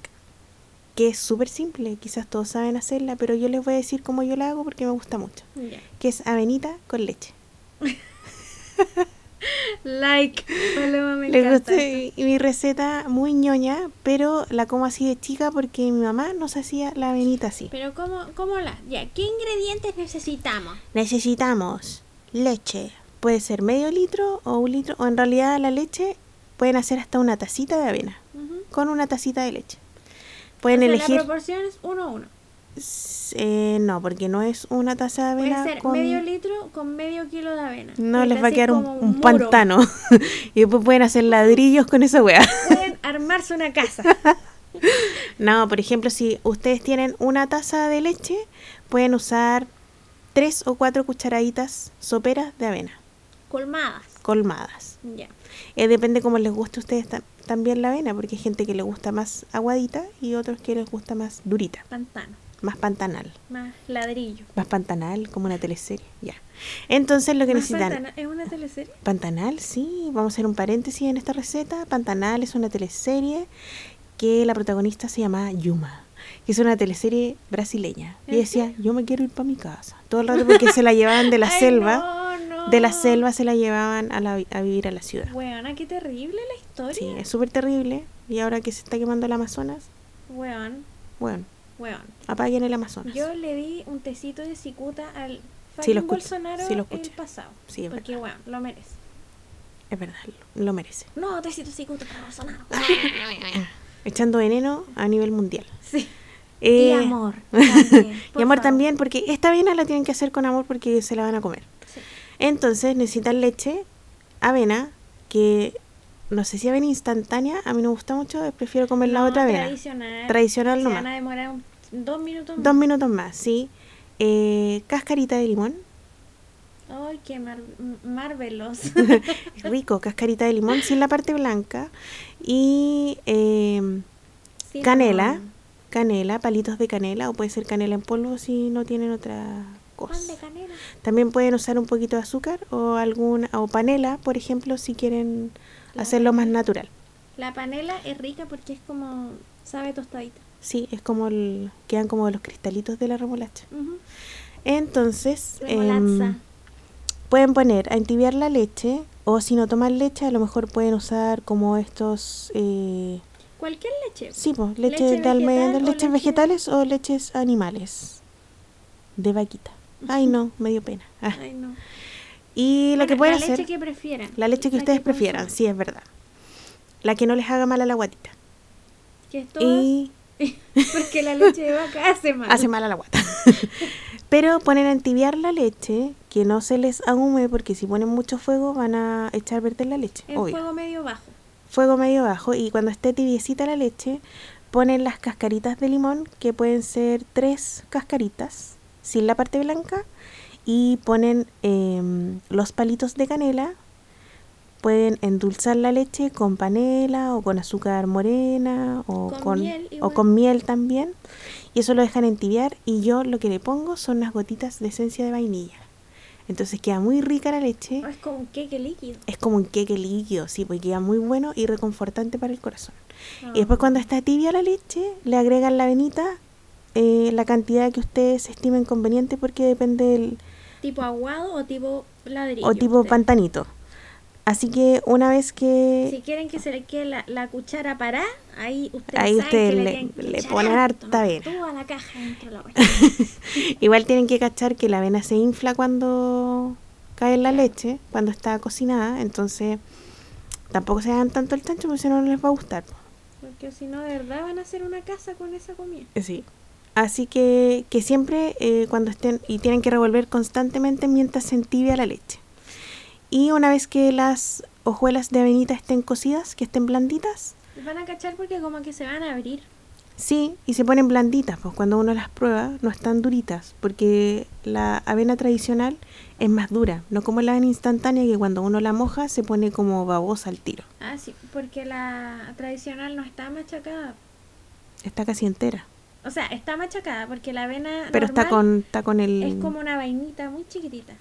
B: que es súper simple, quizás todos saben hacerla, pero yo les voy a decir cómo yo la hago porque me gusta mucho,
A: Ya.
B: que es avenita con leche.
A: Like, Paloma, me
B: Les
A: encanta.
B: gusta y- y mi receta muy ñoña, pero la como así de chica porque mi mamá nos hacía la avenita así.
A: Pero ¿cómo, cómo la? Ya, ¿qué ingredientes necesitamos?
B: Necesitamos leche. Puede ser medio litro o un litro. O en realidad la leche pueden hacer hasta una tacita de avena.
A: Ujú.
B: Con una tacita de leche. Pueden
A: O sea, La
B: elegir...
A: proporción es 1 a 1.
B: s- eh, no, porque no es una taza de avena.
A: Puede ser
B: con-
A: medio litro con medio kilo de avena.
B: No
A: Y
B: les va a
A: así
B: quedar un,
A: como
B: un
A: muro.
B: pantano. y después pueden hacer ladrillos con esa wea.
A: Pueden armarse una casa.
B: No, por ejemplo, si ustedes tienen una taza de leche, pueden usar tres o cuatro cucharaditas soperas de avena,
A: Colmadas.
B: colmadas.
A: Ya.
B: Eh, depende cómo les guste a ustedes ta- también la avena, porque hay gente que le gusta más aguadita y otros que les gusta más durita,
A: Pantano.
B: más pantanal.
A: Más ladrillo.
B: Más pantanal, como una teleserie, ya. Entonces lo que
A: Más
B: necesitan...
A: pantano. ¿Es una teleserie?
B: Pantanal, sí, vamos a hacer un paréntesis en esta receta. Pantanal es una teleserie que la protagonista se llama Yuma, que es una teleserie brasileña. Y
A: ¿En
B: decía, yo me quiero ir para mi casa. Todo el rato porque se la llevaban de la
A: Ay,
B: selva,
A: no, no.
B: de la selva se la llevaban a, la- a vivir a la ciudad.
A: Weona, qué terrible la historia.
B: Sí, es súper terrible. Y ahora que se está quemando el Amazonas,
A: Weón,
B: bueno,
A: weón.
B: apaguen el Amazonas.
A: Yo le di un tecito de cicuta al
B: Sí,
A: fucking
B: lo escuché,
A: Bolsonaro
B: sí, lo
A: el
B: escuché.
A: pasado.
B: Sí, es
A: porque, weón, lo merece.
B: Es verdad, lo lo merece.
A: No, tecito de cicuta para Bolsonaro.
B: Echando veneno a nivel mundial.
A: Sí.
B: Eh,
A: Y amor. También,
B: Y
A: por
B: amor
A: favor.
B: también, porque esta avena la tienen que hacer con amor porque se la van a comer.
A: Sí.
B: Entonces necesitan leche, avena, que no sé si avena instantánea, a mí no me gusta mucho, eh, prefiero comer la
A: No,
B: otra avena.
A: Tradicional.
B: Tradicional
A: Se van a
B: nomás.
A: demorar un- dos minutos
B: Dos
A: más.
B: minutos más, ¿sí? Eh, cascarita de limón,
A: Ay, qué mar marvelos.
B: rico, cascarita de limón sin la parte blanca. Y eh,
A: Sí,
B: canela,
A: no.
B: canela, palitos de canela, o puede ser canela en polvo si no tienen otra
A: Pan
B: cosa.
A: de canela.
B: También pueden usar un poquito de azúcar o alguna o panela, por ejemplo, si quieren
A: La
B: hacerlo más natural.
A: La panela es rica porque es como, sabe, tostadita.
B: Sí, es como el, quedan como los cristalitos de la remolacha.
A: Ujú.
B: Entonces,
A: Remolacha.
B: em, pueden poner a entibiar la leche o si no toman leche, a lo mejor pueden usar como estos eh,
A: Cualquier leche.
B: sí, pues,
A: Leche
B: leche, de almendra,
A: vegetal o
B: leches
A: leche-
B: vegetales o leches animales de vaquita. Ay, no, medio pena. Ah,
A: Ay, no.
B: Y lo
A: Bueno,
B: que pueden
A: la
B: hacer
A: leche que prefieran.
B: La leche que ustedes prefieran,
A: consuman.
B: sí, es verdad. La que no les haga mal a la guatita.
A: Que es todas-
B: Y
A: porque la leche de vaca hace mal.
B: hace mal a la guata. Pero ponen a entibiar la leche, que no se les ahume, porque si ponen mucho fuego van a echar a perder la leche,
A: En
B: obvio. Fuego.
A: fuego medio bajo.
B: medio bajo y cuando esté tibiecita la leche, ponen las cascaritas de limón, que pueden ser tres cascaritas, sin la parte blanca, y ponen em, los palitos de canela, pueden endulzar la leche con panela o con azúcar morena o
A: Con
B: con,
A: miel
B: o
A: igual.
B: con miel también. Y eso lo dejan entibiar y yo lo que le pongo son unas gotitas de esencia de vainilla. Entonces queda muy rica la leche.
A: Es como un queque líquido.
B: Es como un queque líquido, sí, porque queda muy bueno y reconfortante para el corazón.
A: No.
B: Y después cuando está tibia la leche, le agregan la venita, eh, la cantidad que ustedes estimen conveniente porque depende del,
A: Tipo aguado o tipo ladrillo.
B: o tipo
A: ustedes.
B: pantanito. Así que una vez que
A: Si quieren que se le quede la, la cuchara pará, ahí ustedes,
B: Ahí
A: saben
B: ustedes
A: que
B: le-
A: tienen que
B: le
A: echar
B: ponen
A: harto,
B: harta
A: ¿no?
B: avena.
A: Toda la caja dentro de la olla.
B: Igual tienen que cachar que la avena se infla cuando cae en la leche, cuando está cocinada, entonces tampoco se dan tanto el chancho porque si no no les va a gustar.
A: Porque si no, de verdad van a hacer una casa con esa comida.
B: Sí. Así que, que siempre eh, cuando estén y tienen que revolver constantemente mientras se entibia la leche. Y una vez que las hojuelas de avenita estén cocidas, que estén blanditas,
A: Van a cachar porque como que se van a abrir.
B: Sí, y se ponen blanditas, pues cuando uno las prueba no están duritas, porque la avena tradicional es más dura, no como la avena instantánea que cuando uno la moja se pone como babosa al tiro,
A: Ah, sí, porque la tradicional no está machacada.
B: está casi entera,
A: O sea, está machacada porque la avena
B: pero está
A: Ah, normal
B: con, está con el...
A: es como una vainita muy chiquitita.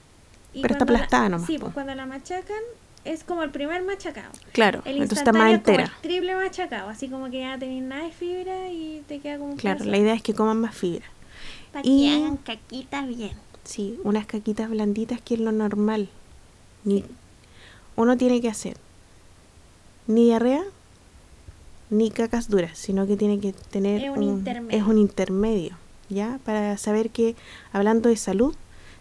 A: Y
B: Pero
A: cuando
B: está
A: la-
B: aplastada nomás,
A: Sí,
B: po.
A: pues cuando la machacan es como el primer machacado.
B: Claro,
A: El
B: entonces está más
A: instantáneo es como
B: entera.
A: el triple machacado, así como que ya tenés nada de fibra y te queda como un
B: Claro,
A: pedazo.
B: la idea es que coman más fibra.
A: Para
B: y-
A: que hagan caquita bien.
B: Sí, unas caquitas blanditas que es lo normal. Ni, uno tiene que hacer ni diarrea ni cacas duras, sino que tiene que tener
A: Es un intermedio.
B: es un intermedio, ¿ya? Para saber que, hablando de salud,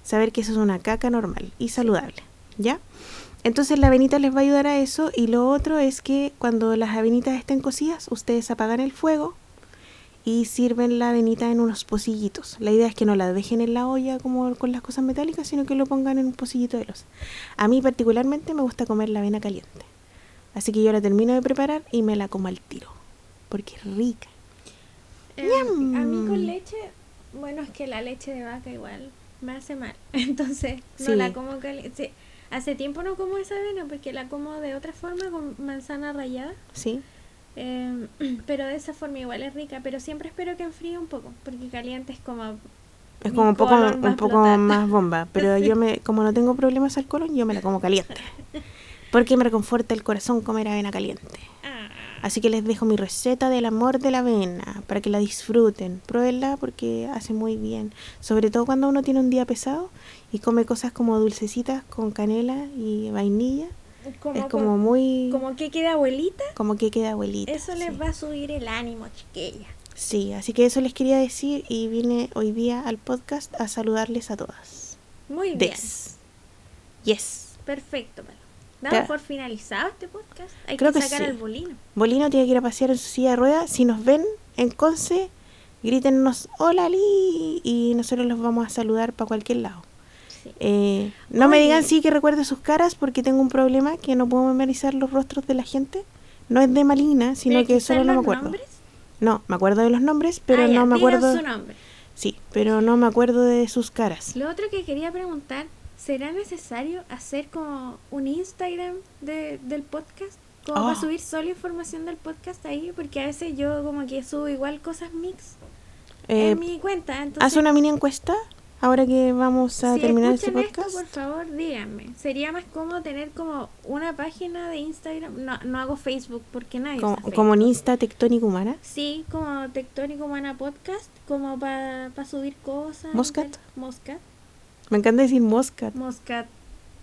B: saber que eso es una caca normal y saludable, ¿ya? Entonces la avenita les va a ayudar a eso y lo otro es que cuando las avenitas estén cocidas, ustedes apagan el fuego y sirven la avenita en unos pocillitos. La idea es que no la dejen en la olla como con las cosas metálicas, sino que lo pongan en un pocillito de losa. A mí particularmente me gusta comer la avena caliente. Así que yo la termino de preparar y me la como al tiro, porque es rica.
A: Eh,
B: Ñam.
A: a mí con leche, bueno, es que la leche de vaca igual me hace mal. Entonces, no
B: Sí.
A: la como cali- sí. Hace tiempo no como esa avena porque la como de otra forma con manzana rallada.
B: ¿Sí?
A: eh, pero de esa forma igual es rica. Pero siempre espero que enfríe un poco porque caliente es como.
B: Es
A: mi
B: como un poco,
A: colon va a
B: un poco
A: explotar.
B: más bomba, pero
A: Sí.
B: yo me, como no tengo problemas al colon, yo me la como caliente. Porque me reconforta el corazón comer avena caliente.
A: Ah,
B: Así que les dejo mi receta del amor de la avena para que la disfruten. Pruébenla porque hace muy bien. Sobre todo cuando uno tiene un día pesado y come cosas como dulcecitas con canela y vainilla.
A: como,
B: es como muy. Como,
A: como que queda abuelita.
B: que queda abuelita.
A: Eso
B: sí.
A: les va a subir el ánimo, chiquilla.
B: Sí, así que eso les quería decir y vine hoy día al podcast a saludarles a todas.
A: Muy bien.
B: Des. Yes.
A: Perfecto, Paloma.
B: Claro.
A: Damos por finalizado este podcast. Hay
B: Creo
A: que
B: que
A: sacar
B: sí.
A: al bolino.
B: Bolino tiene que ir a pasear en su silla de ruedas. Si nos ven en Conce, grítennos hola Li y nosotros los vamos a saludar para cualquier lado.
A: Sí.
B: Eh, no me
A: Oye.
B: digan sí que recuerde sus caras porque tengo un problema que no puedo memorizar los rostros de la gente. No es de maligna, sino
A: Pero
B: que
A: quizás
B: solo no me
A: los
B: acuerdo.
A: nombres.
B: No, me acuerdo de los nombres, pero
A: Ah, ya,
B: no me
A: digan
B: acuerdo.
A: su nombre.
B: Sí, pero no me acuerdo de sus caras.
A: Lo otro que quería preguntar, ¿será necesario hacer como un Instagram de- del podcast? Como
B: Oh.
A: para subir solo información del podcast ahí, porque a veces yo como que subo igual cosas mix
B: Eh,
A: en mi cuenta. Entonces,
B: Haz una mini encuesta ahora que vamos a
A: si
B: terminar este
A: escuchan
B: podcast.
A: esto, por favor, díganme. Sería más cómodo tener como una página de Instagram. No, no hago Facebook porque nadie
B: como,
A: usa Facebook.
B: comunista tectónica humana.
A: Sí, como Tectónico Humana Podcast, como para subir cosas.
B: Moscat.
A: Moscat.
B: Me encanta decir mosca.
A: Moscat.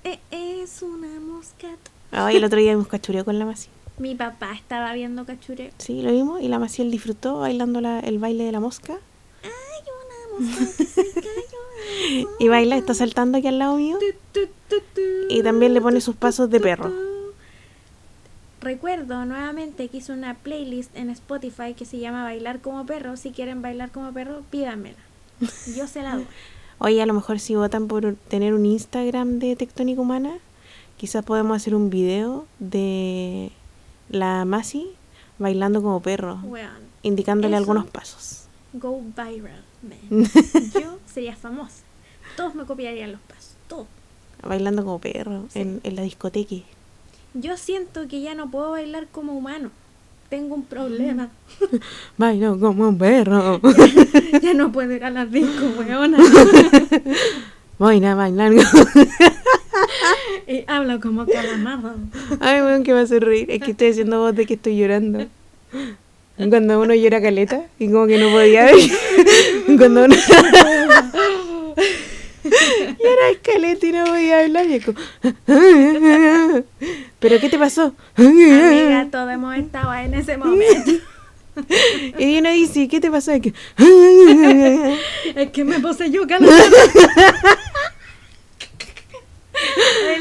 A: Eh, es una moscat.
B: Ay, el otro día vimos cachureo con la Maciel.
A: Mi papá estaba viendo cachure.
B: Sí, lo vimos y la Maciel disfrutó bailando la- el baile de la mosca.
A: Hay una mosca que se cayó.
B: Y baila, está saltando aquí al lado mío.
A: Tu, tu, tu, tu,
B: Y también le pone sus
A: tu,
B: pasos de
A: tu,
B: perro.
A: tu. Recuerdo nuevamente que hice una playlist en Spotify que se llama Bailar como perro. Si quieren bailar como perro, pídanmela. Yo se la doy.
B: Oye, a lo mejor si votan por tener un Instagram de Tectónica Humana, quizás podemos hacer un video de la Masi bailando como perro,
A: Weón.
B: indicándole
A: eso.
B: algunos pasos.
A: Go viral, man. Yo sería famosa. Todos me copiarían los pasos. Todos.
B: Bailando como perro en, en la discoteca.
A: Yo siento que ya no puedo bailar como humano. Tengo un problema.
B: Bailo como un perro.
A: ya no puedo ir a las discos, weona.
B: Voy a bailar. como-
A: y Eh, hablo como calamardo.
B: Ay, weón, que me hace reír. Es que estoy haciendo voz de que estoy llorando. Cuando uno llora caleta y como que no podía ver. Cuando uno. llora caleta y no podía hablar. Y es como... ¿Pero qué te pasó?
A: Amiga, todos hemos estado en ese momento.
B: Y uno dice, ¿qué te pasó? Y que-
A: es que me puse yo calamardo.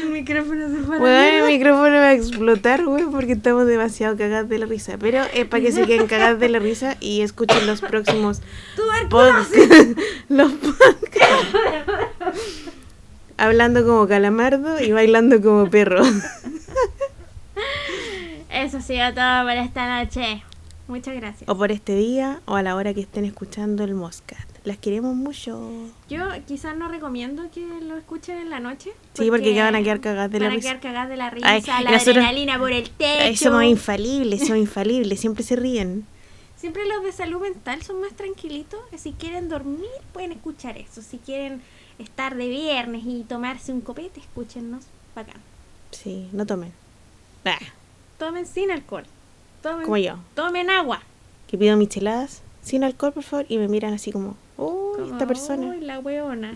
A: El micrófono se fue. a la
B: Weón,
A: mierda.
B: el micrófono va a explotar, weón, porque estamos demasiado cagadas de la risa. Pero es para que se queden cagadas de la risa y escuchen los próximos
A: Tuberculosis.
B: podcasts. los podcasts. Hablando como calamardo y bailando como perro.
A: Eso ha sido todo por esta noche. Muchas gracias.
B: O por este día o a la hora que estén escuchando el Moscat. Las queremos mucho.
A: Yo quizás no recomiendo que lo escuchen en la noche.
B: Sí, porque ya van a quedar cagadas de la
A: van a
B: risa.
A: quedar cagadas de la risa,
B: Ay,
A: la
B: y nosotros-
A: adrenalina por el techo.
B: Ay, Eh, somos infalibles, somos infalibles. Siempre se ríen.
A: Siempre los de salud mental son más tranquilitos. Si quieren dormir, pueden escuchar eso. Si quieren estar de viernes y tomarse un copete, escúchenos, bacán.
B: Sí, no tomen. Bah,
A: Tomen sin alcohol. Tomen,
B: como yo,
A: tomen agua.
B: que pido micheladas sin alcohol, por favor, y me miran así como, uy,
A: Como,
B: esta persona
A: "Uy, la weona.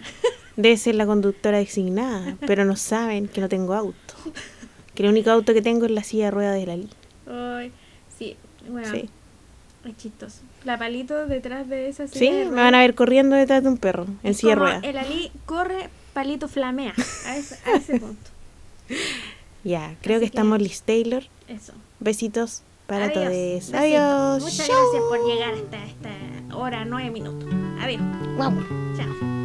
B: debe ser la conductora designada, pero no saben que no tengo auto. Que el único auto que tengo es la silla de ruedas de la Lili.
A: Uy, sí, bueno,
B: Sí,
A: es chistoso. La palito detrás de esa
B: Sí,
A: silla de
B: me
A: ruedas.
B: van a ver corriendo detrás de un perro en
A: Es
B: silla de
A: como
B: ruedas.
A: El Ali corre, palito flamea. A ese, a ese punto.
B: Ya, creo
A: Así
B: que
A: que-
B: estamos Liz Taylor.
A: Eso.
B: Besitos para
A: Adiós.
B: todos.
A: Besitos.
B: Adiós.
A: Muchas
B: Chao.
A: gracias por llegar hasta esta hora, nueve minutos. Adiós.
B: Guau.
A: Chao.